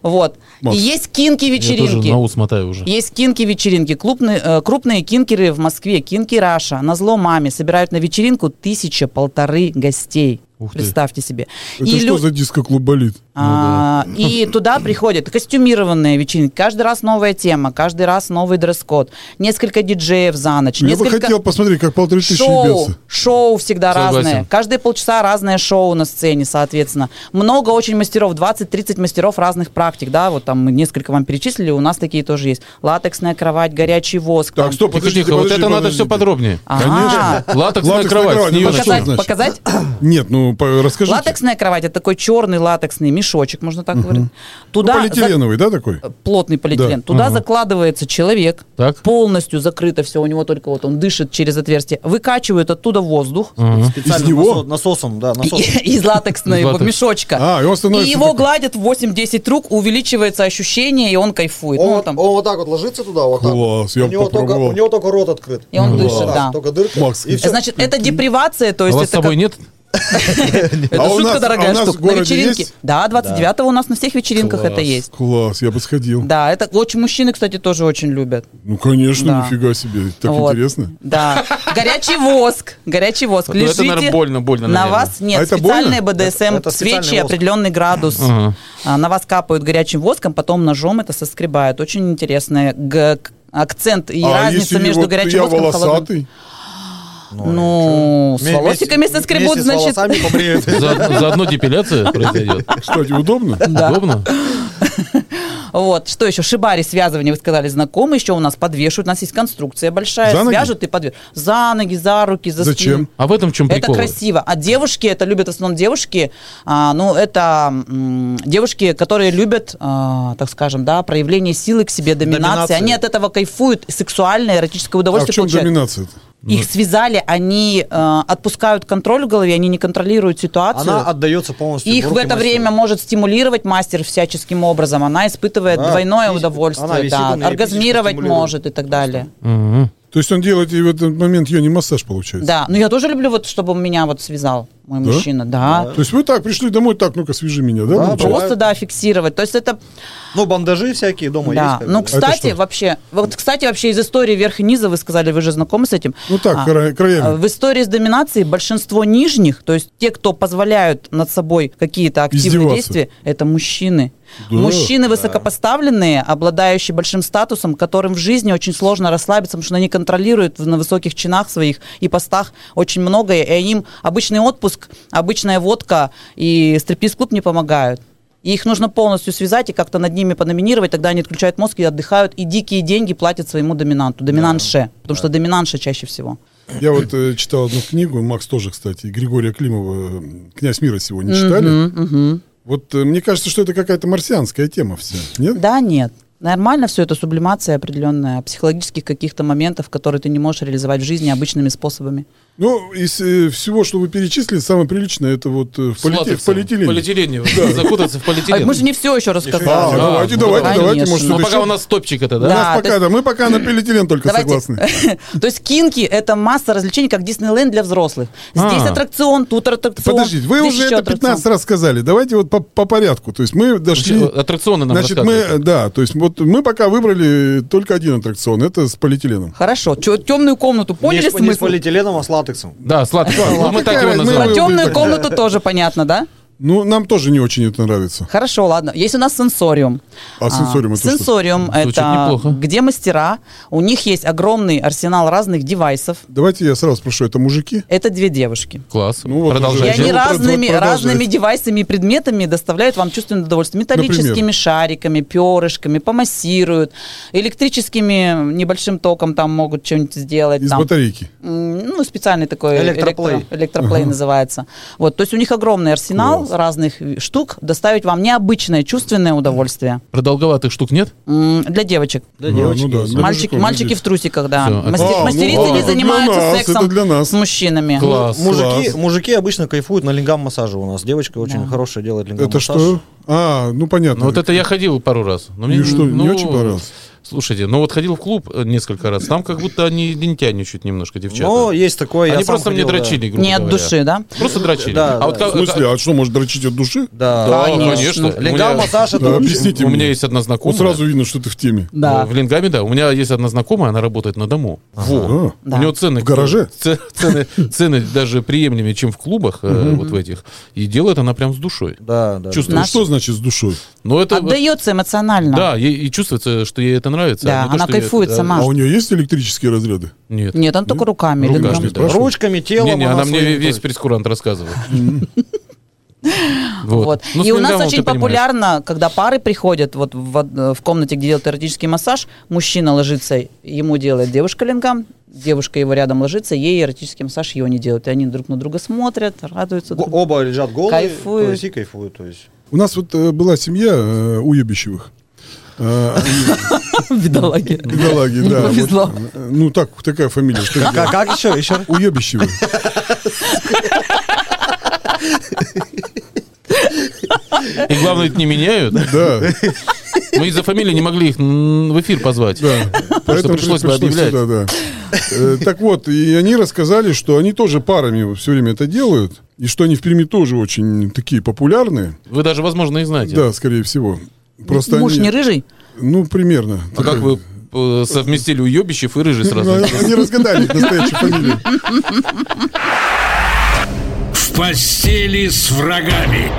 Speaker 4: вот.
Speaker 3: Макс.
Speaker 4: И есть кинки-вечеринки.
Speaker 2: Я тоже на ус мотаю уже.
Speaker 4: Есть кинки-вечеринки. Клубные, э, крупные кинкеры в Москве, кинки Раша, на зло маме, собирают на вечеринку тысяча-полторы гостей.
Speaker 2: Ух ты.
Speaker 4: Представьте себе.
Speaker 3: Это
Speaker 4: И
Speaker 3: что
Speaker 4: лю-
Speaker 3: за диско-клуб болит?
Speaker 4: а, И туда приходят костюмированные вечеринки. Каждый раз новая тема, каждый раз новый дресс-код. Несколько диджеев за ночь.
Speaker 3: Я бы
Speaker 4: несколько
Speaker 3: хотел посмотреть, как полторы тысячи
Speaker 4: шоу,
Speaker 3: ебется.
Speaker 4: шоу всегда
Speaker 2: Согласен.
Speaker 4: разное. Каждые полчаса разное шоу на сцене, соответственно. Много очень мастеров, 20-30 мастеров разных практик, да, вот там мы несколько вам перечислили, у нас такие тоже есть. Латексная кровать, горячий воск. там.
Speaker 3: Так, стоп,
Speaker 2: Тихо,
Speaker 3: подождите,
Speaker 2: тихо, вот
Speaker 3: подождите,
Speaker 2: это надо
Speaker 3: подождите.
Speaker 2: все подробнее.
Speaker 4: А. Ага.
Speaker 2: Латексная
Speaker 3: Латексная
Speaker 2: кровать, с
Speaker 3: кровать,
Speaker 2: нее
Speaker 3: ну, что
Speaker 2: начнем.
Speaker 3: это
Speaker 4: Показать?
Speaker 3: значит?
Speaker 4: показать?
Speaker 3: Нет, ну по- расскажите.
Speaker 4: Латексная кровать это такой черный латексный мешочек, можно так говорить.
Speaker 3: Ну,
Speaker 4: Туда за-
Speaker 3: полиэтиленовый, да, такой?
Speaker 4: плотный полиэтилен.
Speaker 3: Да.
Speaker 4: Туда закладывается человек,
Speaker 2: Так.
Speaker 4: полностью закрыто все, у него только вот он дышит через отверстие, выкачивают оттуда воздух
Speaker 5: Специально
Speaker 3: Из него?
Speaker 5: насо- насосом, да,
Speaker 4: и-
Speaker 5: насосом.
Speaker 4: из латексного
Speaker 2: латекс.
Speaker 4: мешочка.
Speaker 3: А, и он становится
Speaker 4: И его
Speaker 3: такой.
Speaker 4: гладят в 8-10 рук, увеличивается ощущение, и он кайфует.
Speaker 5: Он,
Speaker 4: Ну,
Speaker 5: вот-
Speaker 4: там,
Speaker 5: он вот так вот ложится туда, вот
Speaker 3: Класс,
Speaker 5: так.
Speaker 3: я
Speaker 5: у, него только,
Speaker 3: попробовал. Ну,
Speaker 5: у него только рот открыт.
Speaker 4: И он
Speaker 5: Вот
Speaker 4: дышит,
Speaker 5: так,
Speaker 4: да.
Speaker 5: Только дырка.
Speaker 3: Макс,
Speaker 5: и
Speaker 3: ты-
Speaker 5: все.
Speaker 4: Значит, это депривация, то
Speaker 2: А
Speaker 4: есть
Speaker 2: вас с
Speaker 4: это,
Speaker 2: собой
Speaker 4: как-
Speaker 2: нет?
Speaker 4: это
Speaker 3: А у
Speaker 4: шутка
Speaker 3: нас- а
Speaker 4: дорогая
Speaker 3: у нас в
Speaker 4: штука. На
Speaker 3: городе
Speaker 4: вечеринке.
Speaker 3: есть?
Speaker 4: Да, 29 у нас на всех вечеринках это есть.
Speaker 3: Класс, я бы сходил.
Speaker 4: Да, это очень мужчины, кстати, тоже очень любят.
Speaker 3: Ну, конечно,
Speaker 4: Да.
Speaker 3: нифига себе. Так
Speaker 4: Вот.
Speaker 3: интересно.
Speaker 4: Да. Горячий воск. Горячий воск.
Speaker 2: Ну, это,
Speaker 4: Лежите.
Speaker 2: наверное, больно, больно,
Speaker 4: На
Speaker 2: наверное.
Speaker 4: вас нет.
Speaker 3: А это
Speaker 4: специальные БДСМ
Speaker 5: Это- это специальный
Speaker 4: свечи,
Speaker 5: воск.
Speaker 4: определенный градус.
Speaker 2: Ага.
Speaker 4: А, На вас капают горячим воском, потом ножом это соскребают. Очень интересный г- к- акцент и
Speaker 3: а
Speaker 4: разница
Speaker 3: если
Speaker 4: между
Speaker 3: вот
Speaker 4: горячим
Speaker 3: я
Speaker 4: воском и холодным.
Speaker 3: волосатый?
Speaker 4: Ну, с
Speaker 5: а Вместе-
Speaker 4: волосиками соскребут,
Speaker 5: вместе с
Speaker 4: значит.
Speaker 5: волосами побреют.
Speaker 2: Заодно заодно депиляция произойдет.
Speaker 3: Кстати, удобно?
Speaker 2: Удобно?
Speaker 4: Вот, что еще? Шибари связывание, вы сказали, знакомые. Еще у нас подвешивают. У нас есть конструкция большая.
Speaker 3: За ноги?
Speaker 4: Свяжут и подвешивают. За ноги, за руки, за
Speaker 3: Зачем?
Speaker 4: спину.
Speaker 2: А в этом в чем
Speaker 4: Это
Speaker 2: прикол?
Speaker 4: красиво. А девушки, это любят в основном девушки, а, ну, это м, девушки, которые любят, а, так скажем, да, проявление силы к себе, доминации.
Speaker 5: Доминации.
Speaker 4: Они от этого кайфуют, сексуальное,
Speaker 3: А
Speaker 4: эротическое
Speaker 3: в
Speaker 4: удовольствие
Speaker 3: чем
Speaker 4: получают.
Speaker 3: доминация-то?
Speaker 5: Ну.
Speaker 4: Их связали, они э, отпускают контроль в голове, они не контролируют ситуацию.
Speaker 5: Она отдается полностью.
Speaker 4: Их в
Speaker 5: руки
Speaker 4: это
Speaker 5: мастера.
Speaker 4: время может стимулировать мастер всяческим образом. Она испытывает
Speaker 5: Да,
Speaker 4: двойное
Speaker 5: физи-
Speaker 4: удовольствие,
Speaker 5: она висит,
Speaker 4: да,
Speaker 5: он её физически
Speaker 4: оргазмировать
Speaker 5: стимулирует.
Speaker 4: может и так далее.
Speaker 2: Мгм.
Speaker 3: То есть он делает и в этот момент ее не массаж получается?
Speaker 4: Да, но я тоже люблю, вот, чтобы он меня вот связал, мой
Speaker 3: Да?
Speaker 4: мужчина, да.
Speaker 3: То есть вы так пришли домой, так, ну-ка, свяжи меня, да?
Speaker 5: Да,
Speaker 3: получается?
Speaker 4: Просто, да, фиксировать. То есть это,
Speaker 5: Ну, бандажи всякие дома
Speaker 4: да.
Speaker 5: есть. как бы,
Speaker 4: ну,
Speaker 5: да.
Speaker 3: А это
Speaker 4: кстати,
Speaker 3: что?
Speaker 4: вообще, вот, кстати, вообще из истории верх и низа, вы сказали, вы же знакомы с этим.
Speaker 3: Ну так,
Speaker 4: А,
Speaker 3: кра-
Speaker 4: э,
Speaker 3: краями.
Speaker 4: В истории с доминацией большинство нижних, то есть те, кто позволяют над собой какие-то активные
Speaker 3: Издеваться.
Speaker 4: действия, это мужчины.
Speaker 3: Да.
Speaker 4: мужчины высокопоставленные, обладающие большим статусом, которым в жизни очень сложно расслабиться, потому что они контролируют в- на высоких чинах своих и постах очень многое, и им обычный отпуск, обычная водка и стриптиз-клуб не помогают. И их нужно полностью связать и как-то над ними пономинировать, тогда они отключают мозг и отдыхают, и дикие деньги платят своему доминанту, доминантше, потому что доминантше чаще всего.
Speaker 3: Я вот э, читал одну книгу, Макс тоже, кстати, и Григория Климова э, «Князь мира» сегодня читали.
Speaker 4: Мгм, мгм.
Speaker 3: Вот э, мне кажется, что это какая-то марсианская тема вся, нет?
Speaker 4: Да, нет. Нормально все это сублимация определенная психологических каких-то моментов, которые ты не можешь реализовать в жизни обычными способами.
Speaker 3: Ну, из э, всего, что вы перечислили, самое приличное, это вот э, в, полите- в
Speaker 2: Слататься.
Speaker 3: полиэтилене.
Speaker 2: Полиэтилене. Закутаться в
Speaker 4: А
Speaker 2: полиэтилен.
Speaker 4: мы же не все еще рассказали.
Speaker 3: А,
Speaker 2: Да,
Speaker 3: давайте,
Speaker 2: ну,
Speaker 3: давайте,
Speaker 4: конечно.
Speaker 3: давайте, может,
Speaker 2: Ну,
Speaker 3: что-то
Speaker 2: пока
Speaker 3: еще?
Speaker 2: у нас топчик это,
Speaker 3: У
Speaker 2: да?
Speaker 3: нас
Speaker 4: Да,
Speaker 3: пока,
Speaker 4: то
Speaker 3: да, мы пока на полиэтилен только согласны.
Speaker 4: То есть кинки это масса развлечений, как Диснейленд для взрослых. Здесь
Speaker 2: А.
Speaker 4: аттракцион, тут аттракцион.
Speaker 3: Подождите, вы
Speaker 4: здесь
Speaker 3: уже
Speaker 4: еще
Speaker 3: это
Speaker 4: аттракцион.
Speaker 3: 15 раз сказали. Давайте вот по, по порядку. То есть мы дошли...
Speaker 2: Вообще, э, Аттракционы нам
Speaker 3: Значит, мы,
Speaker 2: рассказывают.
Speaker 3: э, да, то есть вот мы пока выбрали только один аттракцион, это с полиэтиленом.
Speaker 4: Хорошо, темную комнату
Speaker 5: Не
Speaker 4: поняли
Speaker 5: с- не с
Speaker 4: смысл?
Speaker 5: полиэтиленом, а с латексом.
Speaker 2: Да, сладко. Ну, мы так
Speaker 3: какая
Speaker 2: его
Speaker 3: разница?
Speaker 4: Про
Speaker 3: Мы
Speaker 2: называем.
Speaker 3: его
Speaker 4: темную
Speaker 3: выбрали.
Speaker 4: комнату тоже понятно, да?
Speaker 3: Ну, нам тоже не очень это нравится.
Speaker 4: Хорошо, ладно. Есть у нас сенсориум.
Speaker 3: А сенсориум это что?
Speaker 4: сенсориум
Speaker 2: Звучит
Speaker 4: это
Speaker 2: неплохо.
Speaker 4: где мастера, у них есть огромный арсенал разных девайсов.
Speaker 3: Давайте я сразу спрошу, это мужики?
Speaker 4: Это две девушки.
Speaker 2: Класс.
Speaker 3: Ну, вот
Speaker 4: И
Speaker 3: уже.
Speaker 2: Продолжайте.
Speaker 4: они
Speaker 3: Продолжайте.
Speaker 4: разными,
Speaker 3: Продолжайте.
Speaker 4: разными девайсами и предметами доставляют вам чувственное удовольствие. Металлическими
Speaker 3: Например?
Speaker 4: шариками, перышками, помассируют. Электрическими небольшим током там могут что-нибудь сделать.
Speaker 3: Из
Speaker 4: там.
Speaker 3: батарейки.
Speaker 4: М, Ну, специальный такой
Speaker 5: Электроплей.
Speaker 4: электро- электроплей называется. Вот, то есть у них огромный арсенал
Speaker 3: Класс.
Speaker 4: разных штук доставить вам необычное чувственное удовольствие.
Speaker 2: Продолговатых штук нет?
Speaker 4: М, Для девочек.
Speaker 5: Да,
Speaker 3: ну
Speaker 5: девочки.
Speaker 3: да,
Speaker 5: есть.
Speaker 3: для
Speaker 4: Мальчики,
Speaker 3: мужиков,
Speaker 4: мальчики
Speaker 3: людей.
Speaker 4: в трусиках, да.
Speaker 2: Всё,
Speaker 4: Масти-
Speaker 2: отлично.
Speaker 3: А, ну
Speaker 4: мастерицы
Speaker 3: ладно,
Speaker 4: не
Speaker 3: это для
Speaker 4: занимаются
Speaker 3: нас, это
Speaker 4: сексом
Speaker 3: для нас.
Speaker 4: с мужчинами.
Speaker 2: Класс.
Speaker 5: Мужики,
Speaker 3: ну, Класс.
Speaker 5: мужики обычно кайфуют на лингам-массаже у нас. Девочка очень
Speaker 4: Да.
Speaker 5: хорошая делает лингам-массаж.
Speaker 3: Это что? А, ну понятно.
Speaker 2: Ну, вот это я ходил пару раз. Но мне
Speaker 3: И что,
Speaker 2: ну,
Speaker 3: не очень понравилось?
Speaker 2: Слушайте, ну вот ходил в клуб э, несколько раз. Там как будто они лентяничают немножко, девчата.
Speaker 5: Ну, есть такое. я
Speaker 2: они
Speaker 5: сам
Speaker 2: просто мне
Speaker 5: ходил, да.
Speaker 2: дрочили, грубо
Speaker 4: Не от
Speaker 2: говоря.
Speaker 4: души, да?
Speaker 2: Просто дрочили.
Speaker 5: Да,
Speaker 2: а вот
Speaker 5: да.
Speaker 3: В
Speaker 2: как-
Speaker 3: смысле, а что, может дрочить от души?
Speaker 5: Да.
Speaker 2: Да,
Speaker 4: Конечно.
Speaker 2: конечно. У меня-
Speaker 5: Лингам-массаж это
Speaker 3: Да,
Speaker 5: вообще-
Speaker 3: Ну, объясните
Speaker 2: у
Speaker 3: мне.
Speaker 2: меня есть одна
Speaker 3: Вот
Speaker 2: знакомая.
Speaker 3: сразу видно, что ты в теме.
Speaker 4: Да.
Speaker 2: Э, В Лингаме, да. У меня есть одна знакомая, она работает на дому.
Speaker 3: Во.
Speaker 4: Да.
Speaker 2: У нее цены...
Speaker 3: В гараже?
Speaker 2: ц- Цены, цены даже приемлемее, чем в клубах, э, вот в этих. И делает она прям с душой.
Speaker 5: Да, да.
Speaker 2: Чувствую.
Speaker 3: Ну,
Speaker 4: Наш-
Speaker 3: что значит с душой?
Speaker 2: Но это...
Speaker 4: Отдается эмоционально.
Speaker 2: Да, ей и чувствуется, что ей это нравится.
Speaker 4: Да,
Speaker 2: а не то,
Speaker 4: она
Speaker 2: что ей
Speaker 4: кайфует
Speaker 2: это-
Speaker 4: сама.
Speaker 3: А у нее есть электрические разряды?
Speaker 2: Нет.
Speaker 4: Нет, он только руками. или
Speaker 2: Ну, Руками,
Speaker 4: там-
Speaker 2: да.
Speaker 5: да. Ручками, телом.
Speaker 2: Не-не, она мне
Speaker 5: своим
Speaker 2: весь
Speaker 5: ходит.
Speaker 2: прескурант рассказывает.
Speaker 4: Вот.
Speaker 2: Ну, с
Speaker 4: и у нас
Speaker 2: Лингамом
Speaker 4: очень
Speaker 2: ты понимаешь.
Speaker 4: популярно, когда пары приходят вот в, од- в комнате, где делают эротический массаж, мужчина ложится, ему делает девушка лингам, девушка его рядом ложится, ей эротический массаж ее не делают. И они друг на друга смотрят, радуются.
Speaker 5: Го-
Speaker 4: друг-
Speaker 5: Оба лежат голые.
Speaker 4: Кайфуют.
Speaker 5: То есть и кайфуют. То есть.
Speaker 3: У нас вот э, была семья э, уебищевых. Э,
Speaker 4: Бедолаги.
Speaker 3: Бедолаги,
Speaker 4: Не
Speaker 3: да. вот,
Speaker 4: повезло.
Speaker 3: э, Ну, так, такая фамилия, что я
Speaker 5: Как, как еще? Еще раз?
Speaker 3: Уебищевы.
Speaker 2: И главное, это не меняют.
Speaker 3: Да,
Speaker 2: Мы из-за фамилии не могли их м, в эфир позвать.
Speaker 3: да.
Speaker 2: Поэтому пришлось бы объявлять.
Speaker 3: сюда, да. Э, Так вот, и они рассказали, что они тоже парами все время это делают, и что они в Перми тоже очень такие популярные.
Speaker 2: Вы даже, возможно, и знаете.
Speaker 3: Да, скорее всего. Просто
Speaker 4: Муж
Speaker 3: они-
Speaker 4: не рыжий?
Speaker 3: Ну, примерно.
Speaker 2: А как вы э, совместили уебищев и рыжий
Speaker 3: Ну,
Speaker 2: сразу?
Speaker 3: Они разгадали их настоящую фамилию.
Speaker 1: В постели с врагами.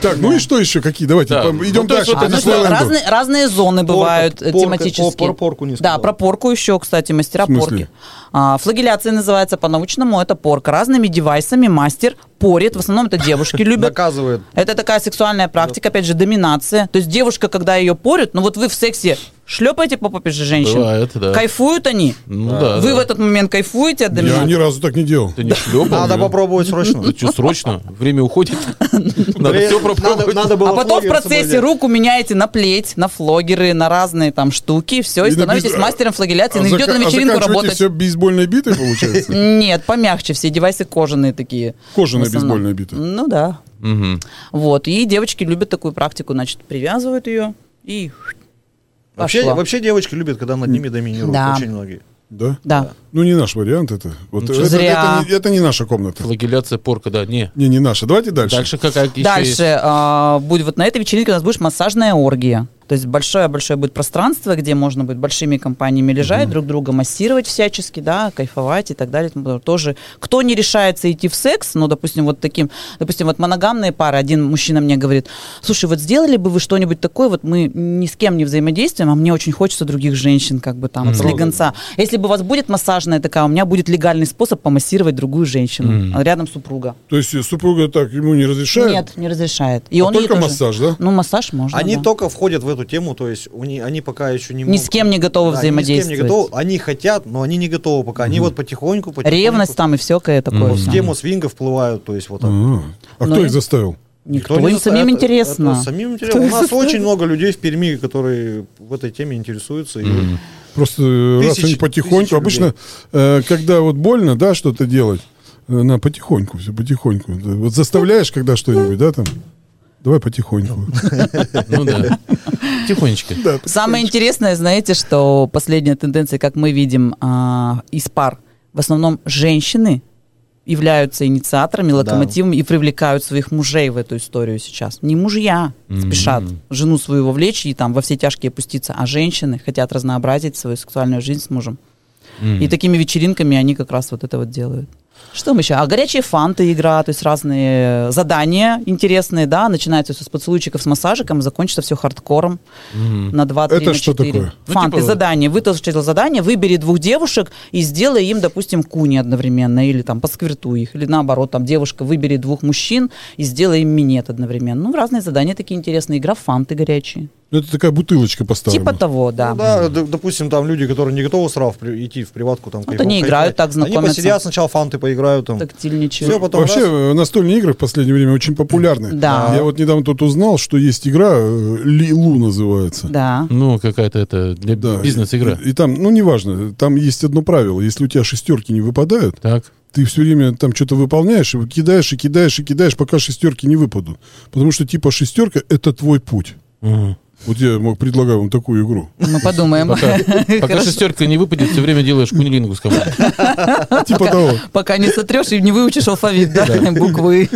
Speaker 3: Так, ну и что еще? Какие? Давайте
Speaker 2: Да.
Speaker 3: пом- идем
Speaker 2: Ну, то есть
Speaker 3: дальше.
Speaker 2: вот
Speaker 3: по
Speaker 4: А, ну что,
Speaker 3: Диснейленду.
Speaker 4: разные, разные зоны бывают э,
Speaker 5: порка,
Speaker 4: тематические.
Speaker 5: о, про порку не
Speaker 4: да,
Speaker 5: сказал.
Speaker 4: про порку еще, кстати, мастера
Speaker 3: В смысле?
Speaker 4: порки. А, флагеляция называется по-научному, это порка. Разными девайсами мастер порит, в основном это девушки любят.
Speaker 5: Доказывает.
Speaker 4: Это такая сексуальная практика, опять же, доминация. То есть девушка, когда ее порят, ну вот вы в сексе шлепаете по попе же женщин,
Speaker 2: Бывает, да.
Speaker 4: кайфуют они.
Speaker 2: Ну да.
Speaker 4: вы
Speaker 2: да.
Speaker 4: в этот момент кайфуете от
Speaker 3: Я
Speaker 4: доминации.
Speaker 3: ни разу так не делал.
Speaker 2: Ты не шлепал?
Speaker 5: Надо
Speaker 2: ее?
Speaker 5: попробовать срочно.
Speaker 2: Да чё, срочно? Время уходит. Надо
Speaker 5: Блин,
Speaker 2: все
Speaker 5: надо-
Speaker 2: пропробовать.
Speaker 5: надо было
Speaker 4: А потом в
Speaker 5: флогер с собой
Speaker 4: процессе
Speaker 5: взять.
Speaker 4: руку меняете на плеть, на флогеры, на разные там штуки, все, и,
Speaker 3: И на
Speaker 4: становитесь
Speaker 3: без-
Speaker 4: мастером флагеляции,
Speaker 3: А зака-
Speaker 4: идет на
Speaker 3: а
Speaker 4: вечеринку
Speaker 3: заканчиваете
Speaker 4: работать.
Speaker 3: все бейсбольной битой, получается?
Speaker 4: Нет, помягче все девайсы кожаные такие.
Speaker 3: Кожаная
Speaker 4: В основном.
Speaker 3: бейсбольная бита.
Speaker 4: Ну да.
Speaker 2: Мгм.
Speaker 4: Вот. И девочки любят такую практику, значит, привязывают ее и
Speaker 5: Вообще,
Speaker 4: Пошло.
Speaker 5: вообще девочки любят, когда над ними доминируют.
Speaker 4: Да.
Speaker 5: Очень многие.
Speaker 3: Да?
Speaker 4: Да.
Speaker 3: Ну, не наш вариант это. Вот
Speaker 4: Ну,
Speaker 3: это,
Speaker 4: чё, зря.
Speaker 3: это не, это не наша комната.
Speaker 2: Флагеляция, порка, да, не.
Speaker 3: Не, не наша. Давайте дальше.
Speaker 2: Дальше какая еще
Speaker 4: Дальше
Speaker 2: есть?
Speaker 4: а, будет вот на этой вечеринке у нас будет массажная оргия. То есть большое-большое будет пространство, где можно будет большими компаниями лежать, друг друга массировать всячески, да, кайфовать и так далее. и тому подобное. Тоже, кто не решается идти в секс, ну, допустим, вот таким, допустим, вот моногамные пары, один мужчина мне говорит, слушай, вот сделали бы вы что-нибудь такое, вот мы ни с кем не взаимодействуем, а мне очень хочется других женщин, как бы там, вот с легонца. Если бы у вас будет массажная такая, у меня будет легальный способ помассировать другую женщину рядом супруга.
Speaker 3: То есть э, супруга так ему не разрешает?
Speaker 4: Нет, не разрешает. И
Speaker 3: А
Speaker 4: он ей
Speaker 3: только
Speaker 4: тоже.
Speaker 3: массаж, да?
Speaker 4: Ну, массаж можно.
Speaker 5: Они
Speaker 4: да.
Speaker 5: только входят в эту тему, то есть у не- они пока еще не
Speaker 4: Ни
Speaker 5: могут-
Speaker 4: с кем не готовы
Speaker 5: Да,
Speaker 4: взаимодействовать.
Speaker 5: Ни с кем не готовы. а, Они хотят, но они не готовы пока. Они вот потихоньку, потихоньку.
Speaker 4: Ревность там и все такое такое.
Speaker 5: В
Speaker 4: всё.
Speaker 5: тему свинга вплывают, то есть вот так.
Speaker 4: Ну,
Speaker 3: А, а
Speaker 4: Но
Speaker 3: кто
Speaker 4: я-
Speaker 3: их заставил?
Speaker 4: Никто,
Speaker 5: не
Speaker 4: им
Speaker 5: заста-
Speaker 4: самим
Speaker 5: это-
Speaker 4: интересно.
Speaker 5: это самим интересно.
Speaker 4: Кто
Speaker 5: У
Speaker 4: их
Speaker 5: нас
Speaker 4: заставит?
Speaker 5: очень много людей в Перми, которые в этой теме интересуются. и- ну
Speaker 3: Просто э, раз
Speaker 5: Тысяч-
Speaker 3: они
Speaker 5: тысячи
Speaker 3: потихоньку, обычно, э, когда вот больно, да, что-то делать, э, на потихоньку, все потихоньку. Вот заставляешь, когда что-нибудь, да, там, давай потихоньку.
Speaker 2: Ну да. Тихонечко.
Speaker 4: Самое интересное, знаете, что последняя тенденция, как мы видим а, из пар, в основном женщины являются инициаторами, локомотивом и привлекают своих мужей в эту историю сейчас. Не мужья спешат жену свою вовлечь и там во все тяжкие опуститься, а женщины хотят разнообразить свою сексуальную жизнь с мужем. И такими вечеринками они как раз вот это вот делают. Что мы еще? А горячие фанты игра, то есть разные задания интересные, да, начинается все с поцелуйчиков, с массажиком, закончится все хардкором на 2-3,
Speaker 3: Это что такое?
Speaker 2: Ну,
Speaker 4: Фанты,
Speaker 2: типа-
Speaker 4: задание. Вытащил задание, выбери двух девушек и сделай им, допустим, куни одновременно, или там посквертуй их, или наоборот, там девушка, выбери двух мужчин и сделай им минет одновременно. Ну, разные задания такие интересные. Игра в фанты горячие.
Speaker 3: Ну, это такая бутылочка по-старому.
Speaker 4: Типа того, да.
Speaker 5: Ну да, д- допустим, там люди, которые не готовы сразу в при- идти в приватку, там
Speaker 4: Вот
Speaker 5: кайфово
Speaker 4: они играют,
Speaker 5: кайфовать.
Speaker 4: так
Speaker 5: Они
Speaker 4: знакомятся.
Speaker 5: посидят сначала фанты поиграют там.
Speaker 4: Тактильничают.
Speaker 5: Все, потом
Speaker 3: Вообще
Speaker 5: раз,
Speaker 3: э, настольные игры в последнее время очень популярны.
Speaker 4: Да.
Speaker 3: Я вот недавно тут узнал, что есть игра э, Лилу называется.
Speaker 4: Да.
Speaker 2: Ну, какая-то это для
Speaker 3: Да.
Speaker 2: бизнес-игра.
Speaker 3: И, и там, ну неважно, там есть одно правило. Если у тебя шестерки не выпадают,
Speaker 2: Так.
Speaker 3: ты все время там что-то выполняешь, и кидаешь, и кидаешь, и кидаешь, пока шестерки не выпадут. Потому что типа шестерка это твой путь.
Speaker 2: Мгм.
Speaker 3: Вот я мог- предлагаю вам такую игру.
Speaker 4: Мы подумаем.
Speaker 2: Пока, пока
Speaker 4: Хорошо.
Speaker 2: шестерка не выпадет, все время делаешь кунилингу с кому-то.
Speaker 3: Типа того.
Speaker 4: Пока не сотрешь и не выучишь алфавит, да, буквы.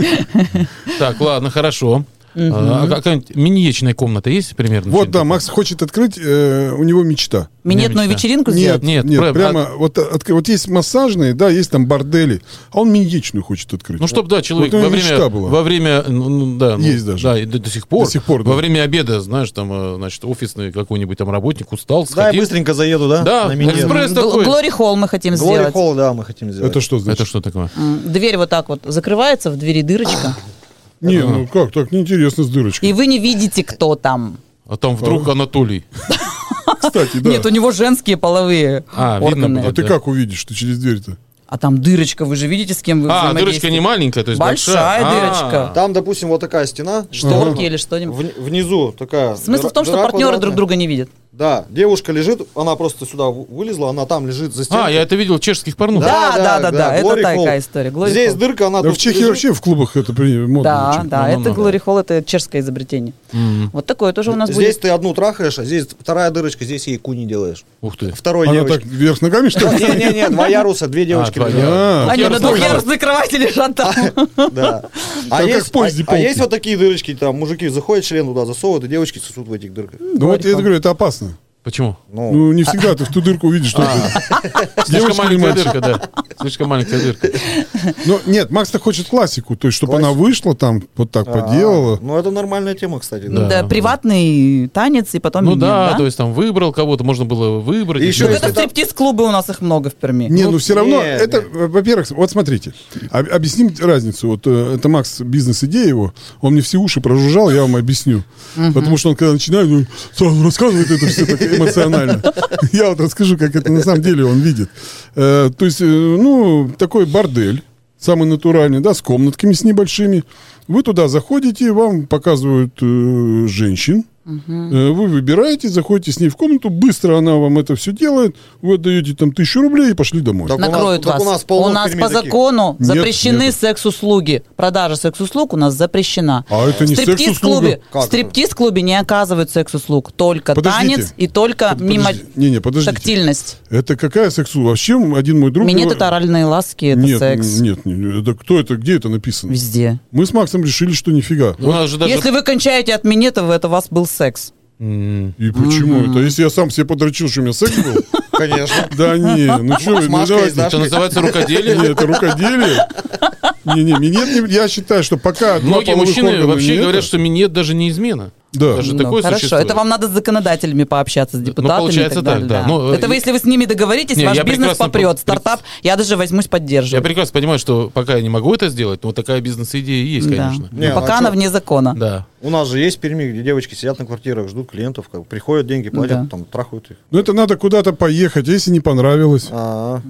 Speaker 2: Так, ладно, хорошо. А, а какая-нибудь миньечная комната есть примерно?
Speaker 3: Вот
Speaker 2: Что-нибудь
Speaker 3: да,
Speaker 2: такое?
Speaker 3: Макс хочет открыть, э, у него мечта.
Speaker 4: Минетную
Speaker 2: мечта.
Speaker 4: вечеринку
Speaker 3: Нет,
Speaker 4: сделать?
Speaker 2: Нет,
Speaker 3: нет,
Speaker 2: прям-
Speaker 3: прямо вот, от- вот есть массажные, да, есть там бордели, а он миньечную хочет открыть.
Speaker 2: Ну, чтобы, да, человек
Speaker 3: Вот у
Speaker 2: во
Speaker 3: меня
Speaker 2: время...
Speaker 3: мечта была.
Speaker 2: Во время ну, ну, да, ну,
Speaker 3: Есть даже.
Speaker 2: Да, и до, до сих пор.
Speaker 3: До сих пор,
Speaker 2: Во
Speaker 3: да.
Speaker 2: время обеда, знаешь, там, э, значит, офисный какой-нибудь там работник устал,
Speaker 5: да, я
Speaker 2: сходил.
Speaker 5: быстренько заеду, да?
Speaker 2: Да,
Speaker 5: на минет.
Speaker 2: экспресс.
Speaker 4: Гл-
Speaker 2: такой.
Speaker 4: Глори Холл мы хотим
Speaker 5: Глори
Speaker 4: сделать.
Speaker 5: Холл, да, мы хотим сделать.
Speaker 3: Это что значит?
Speaker 2: Это что такое?
Speaker 4: М, Дверь вот так вот закрывается, в двери дырочка,
Speaker 3: Не, ну как, так неинтересно с дырочкой.
Speaker 4: и вы не видите, кто там.
Speaker 2: А там вдруг Анатолий.
Speaker 3: Кстати, да.
Speaker 4: Нет, у него женские половые
Speaker 2: А, видно
Speaker 4: органы.
Speaker 2: будет.
Speaker 3: А ты
Speaker 2: да.
Speaker 3: как увидишь, ты через дверь-то?
Speaker 4: а там дырочка, вы же видите, с кем вы
Speaker 2: А, дырочка не
Speaker 4: взаимодействуете.
Speaker 2: маленькая, то есть
Speaker 4: Большая
Speaker 2: большая. А.
Speaker 4: дырочка.
Speaker 5: Там, допустим, вот такая стена.
Speaker 4: Шторки или что-нибудь.
Speaker 5: Вни- внизу такая.
Speaker 4: Смысл
Speaker 5: дыра-
Speaker 4: в том, что
Speaker 5: дыра
Speaker 4: партнеры друг
Speaker 5: квадратная.
Speaker 4: друга не видят.
Speaker 5: Да, девушка лежит, она просто сюда вы- вылезла, она там лежит за стенкой.
Speaker 2: А, я это видел в чешских порнухах.
Speaker 4: Да, да, да, да, это
Speaker 5: Glory
Speaker 4: такая
Speaker 5: Hole.
Speaker 4: история, Glory
Speaker 5: Здесь
Speaker 4: Hole.
Speaker 5: дырка, она
Speaker 3: Да
Speaker 5: А тут
Speaker 3: в Чехии
Speaker 5: лежит.
Speaker 3: вообще в клубах это при- модно.
Speaker 4: Да,
Speaker 3: очень.
Speaker 4: да,
Speaker 2: Ну, ну,
Speaker 4: это
Speaker 2: ну,
Speaker 4: Глори Холл, это чешское изобретение. Вот такое тоже у нас
Speaker 5: Здесь
Speaker 4: будет.
Speaker 5: ты одну трахаешь, а здесь вторая дырочка, здесь ей куни делаешь.
Speaker 2: Ух ты.
Speaker 5: Второй
Speaker 3: Она
Speaker 5: девочке.
Speaker 3: так вверх ногами, что ли?
Speaker 5: Не-не-не, два яруса, две девочки.
Speaker 2: два
Speaker 5: лежат.
Speaker 3: А,
Speaker 4: Они на
Speaker 2: Ярусная
Speaker 4: двухъярусной кровати лежат там.
Speaker 5: Да. А
Speaker 3: как в
Speaker 5: есть, а,
Speaker 3: поезде
Speaker 5: а
Speaker 3: полки.
Speaker 5: есть вот такие дырочки, там мужики заходят, член туда засовывают, и девочки сосут в этих дырках.
Speaker 3: Ну вот я говорю, это опасно.
Speaker 2: Почему?
Speaker 5: Ну, А.
Speaker 3: Ну не всегда ты в ту дырку увидишь, что это.
Speaker 2: Слишком
Speaker 3: Девочка или
Speaker 2: маленькая
Speaker 3: мальчик?
Speaker 2: дырка, да. Слишком маленькая дырка.
Speaker 3: Ну нет, Макс-то хочет классику, то есть чтобы она вышла там, вот так
Speaker 5: а,
Speaker 3: поделала.
Speaker 5: Ну, это нормальная тема, кстати. да.
Speaker 4: Да, приватный танец и потом
Speaker 2: Ну
Speaker 4: минет,
Speaker 2: да,
Speaker 4: да?
Speaker 2: то есть там выбрал кого-то, можно было выбрать.
Speaker 5: И еще
Speaker 4: Вот
Speaker 5: если
Speaker 4: Ну, это
Speaker 5: там-
Speaker 4: стриптиз-клубы у нас их много в Перми.
Speaker 3: Не, ну,
Speaker 5: Ну,
Speaker 3: все равно,
Speaker 5: не,
Speaker 3: это, во-первых, вот смотрите, об- объясним разницу. Вот э, это Макс, бизнес-идея его, он мне все уши прожужжал, я вам объясню. Потому что он, когда начинает, он сразу рассказывает это все так эмоционально. Я вот расскажу, как это на самом деле он видит. Э, То есть, э, ну, такой бордель, самый натуральный, да, с комнатками с небольшими. Вы туда заходите, вам показывают э, женщин, Э, Вы выбираете, заходите с ней в комнату, быстро она вам это все делает, вы отдаете там тысячу рублей и пошли домой.
Speaker 5: Так у нас-
Speaker 4: Накроют
Speaker 5: так
Speaker 4: вас.
Speaker 5: у нас полно в Перми
Speaker 4: по
Speaker 5: таких.
Speaker 4: закону
Speaker 3: Нет,
Speaker 4: запрещены
Speaker 3: нету.
Speaker 4: секс-услуги. Продажа секс-услуг у нас запрещена.
Speaker 3: А это не
Speaker 4: в стриптиз-клубе,
Speaker 3: секс-услуга.
Speaker 5: Как
Speaker 4: в
Speaker 5: это?
Speaker 4: стриптиз-клубе не оказывают секс-услуг. Только
Speaker 3: Подождите.
Speaker 4: танец и только
Speaker 3: Под-
Speaker 4: мимо
Speaker 3: подожди- Не, не, подождите.
Speaker 4: тактильность.
Speaker 3: Это какая сексу? Вообще один мой друг...
Speaker 4: Минет
Speaker 3: говор-
Speaker 4: это оральные ласки, это
Speaker 3: нет,
Speaker 4: секс.
Speaker 3: Нет, нет, это кто это, где это написано?
Speaker 4: Везде.
Speaker 3: Мы с Максом решили, что нифига.
Speaker 2: У нас же даже...
Speaker 4: Если вы кончаете от минета, вы- это у вас был секс.
Speaker 2: М,
Speaker 3: И почему это? Если я сам себе подрочил, что у меня секс был?
Speaker 5: Конечно.
Speaker 3: Да не, ну что,
Speaker 5: с
Speaker 3: ну
Speaker 5: Машкой,
Speaker 3: давайте.
Speaker 5: да.
Speaker 2: Это называется рукоделие?
Speaker 3: Не, это рукоделие. Не, не, минет, не- я считаю, что пока два
Speaker 2: Многие
Speaker 3: половых
Speaker 2: мужчины
Speaker 3: органа
Speaker 2: вообще
Speaker 3: не
Speaker 2: говорят,
Speaker 3: это-
Speaker 2: что минет даже не измена.
Speaker 3: Да.
Speaker 2: Даже
Speaker 4: Ну,
Speaker 2: такое
Speaker 4: хорошо,
Speaker 2: существует. Ну,
Speaker 4: это вам надо с законодателями пообщаться, с депутатами.
Speaker 2: получается
Speaker 4: и так, далее,
Speaker 2: так, да. Ну, э,
Speaker 4: это вы,
Speaker 2: и-
Speaker 4: если вы с ними договоритесь,
Speaker 2: Не,
Speaker 4: ваш
Speaker 2: я
Speaker 4: бизнес
Speaker 2: прекрасно
Speaker 4: попрет.
Speaker 2: пом-
Speaker 4: Стартап, я даже возьмусь
Speaker 2: Я
Speaker 4: поддерживать.
Speaker 2: прекрасно понимаю, что пока я не могу это сделать, но такая бизнес-идея есть,
Speaker 4: Да.
Speaker 2: конечно.
Speaker 5: Не, а
Speaker 4: Пока
Speaker 5: чё?
Speaker 4: она вне закона.
Speaker 2: Да.
Speaker 5: У нас же есть в Перми, где девочки сидят на квартирах, ждут клиентов, как бы приходят, деньги платят,
Speaker 4: Да.
Speaker 5: там трахают их.
Speaker 3: Ну это надо куда-то поехать, а если не понравилось.
Speaker 5: А,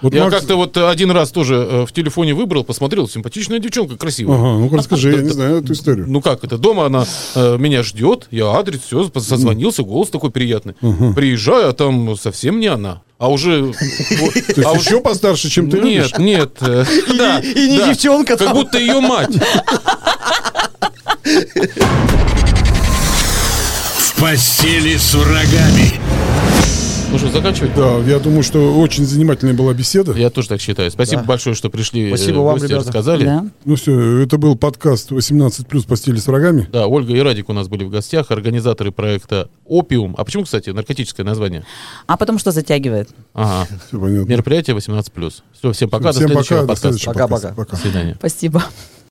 Speaker 3: Вот
Speaker 2: я
Speaker 3: Макс-
Speaker 2: как-то вот один раз тоже э, в телефоне выбрал, посмотрел, симпатичная девчонка, красивая.
Speaker 3: Ага, ну расскажи, я не знаю эту историю.
Speaker 2: Ну как это? Дома она э, меня ждет, я адрес, все, созвонился, голос такой приятный. Приезжаю, а там совсем не она. А уже... а
Speaker 3: То есть еще постарше, чем ты любишь?
Speaker 2: Нет, нет. э, да,
Speaker 5: и не
Speaker 2: да.
Speaker 5: девчонка
Speaker 2: Как
Speaker 5: там.
Speaker 2: будто ее мать.
Speaker 1: В постели с врагами.
Speaker 2: Ну что, заканчивать?
Speaker 3: Да, я думаю, что очень занимательная была беседа.
Speaker 2: Я тоже так считаю. Спасибо
Speaker 5: Да.
Speaker 2: большое, что пришли. э,
Speaker 5: Спасибо вам,
Speaker 2: гости,
Speaker 5: ребята.
Speaker 2: рассказали.
Speaker 4: Да.
Speaker 3: Ну все, это был подкаст 18 плюс постели с врагами.
Speaker 2: Да, Ольга и Радик у нас были в гостях, организаторы проекта «Опиум». А почему, кстати, наркотическое название?
Speaker 4: А потом что затягивает?
Speaker 2: Ага.
Speaker 3: Все понятно.
Speaker 2: Мероприятие 18+. Все, всем пока,
Speaker 3: Всем
Speaker 2: до
Speaker 3: пока,
Speaker 2: следующего
Speaker 3: до
Speaker 2: подкаста.
Speaker 3: следующего
Speaker 5: Пока-пока.
Speaker 3: подкаста. Пока.
Speaker 2: До свидания.
Speaker 4: Спасибо.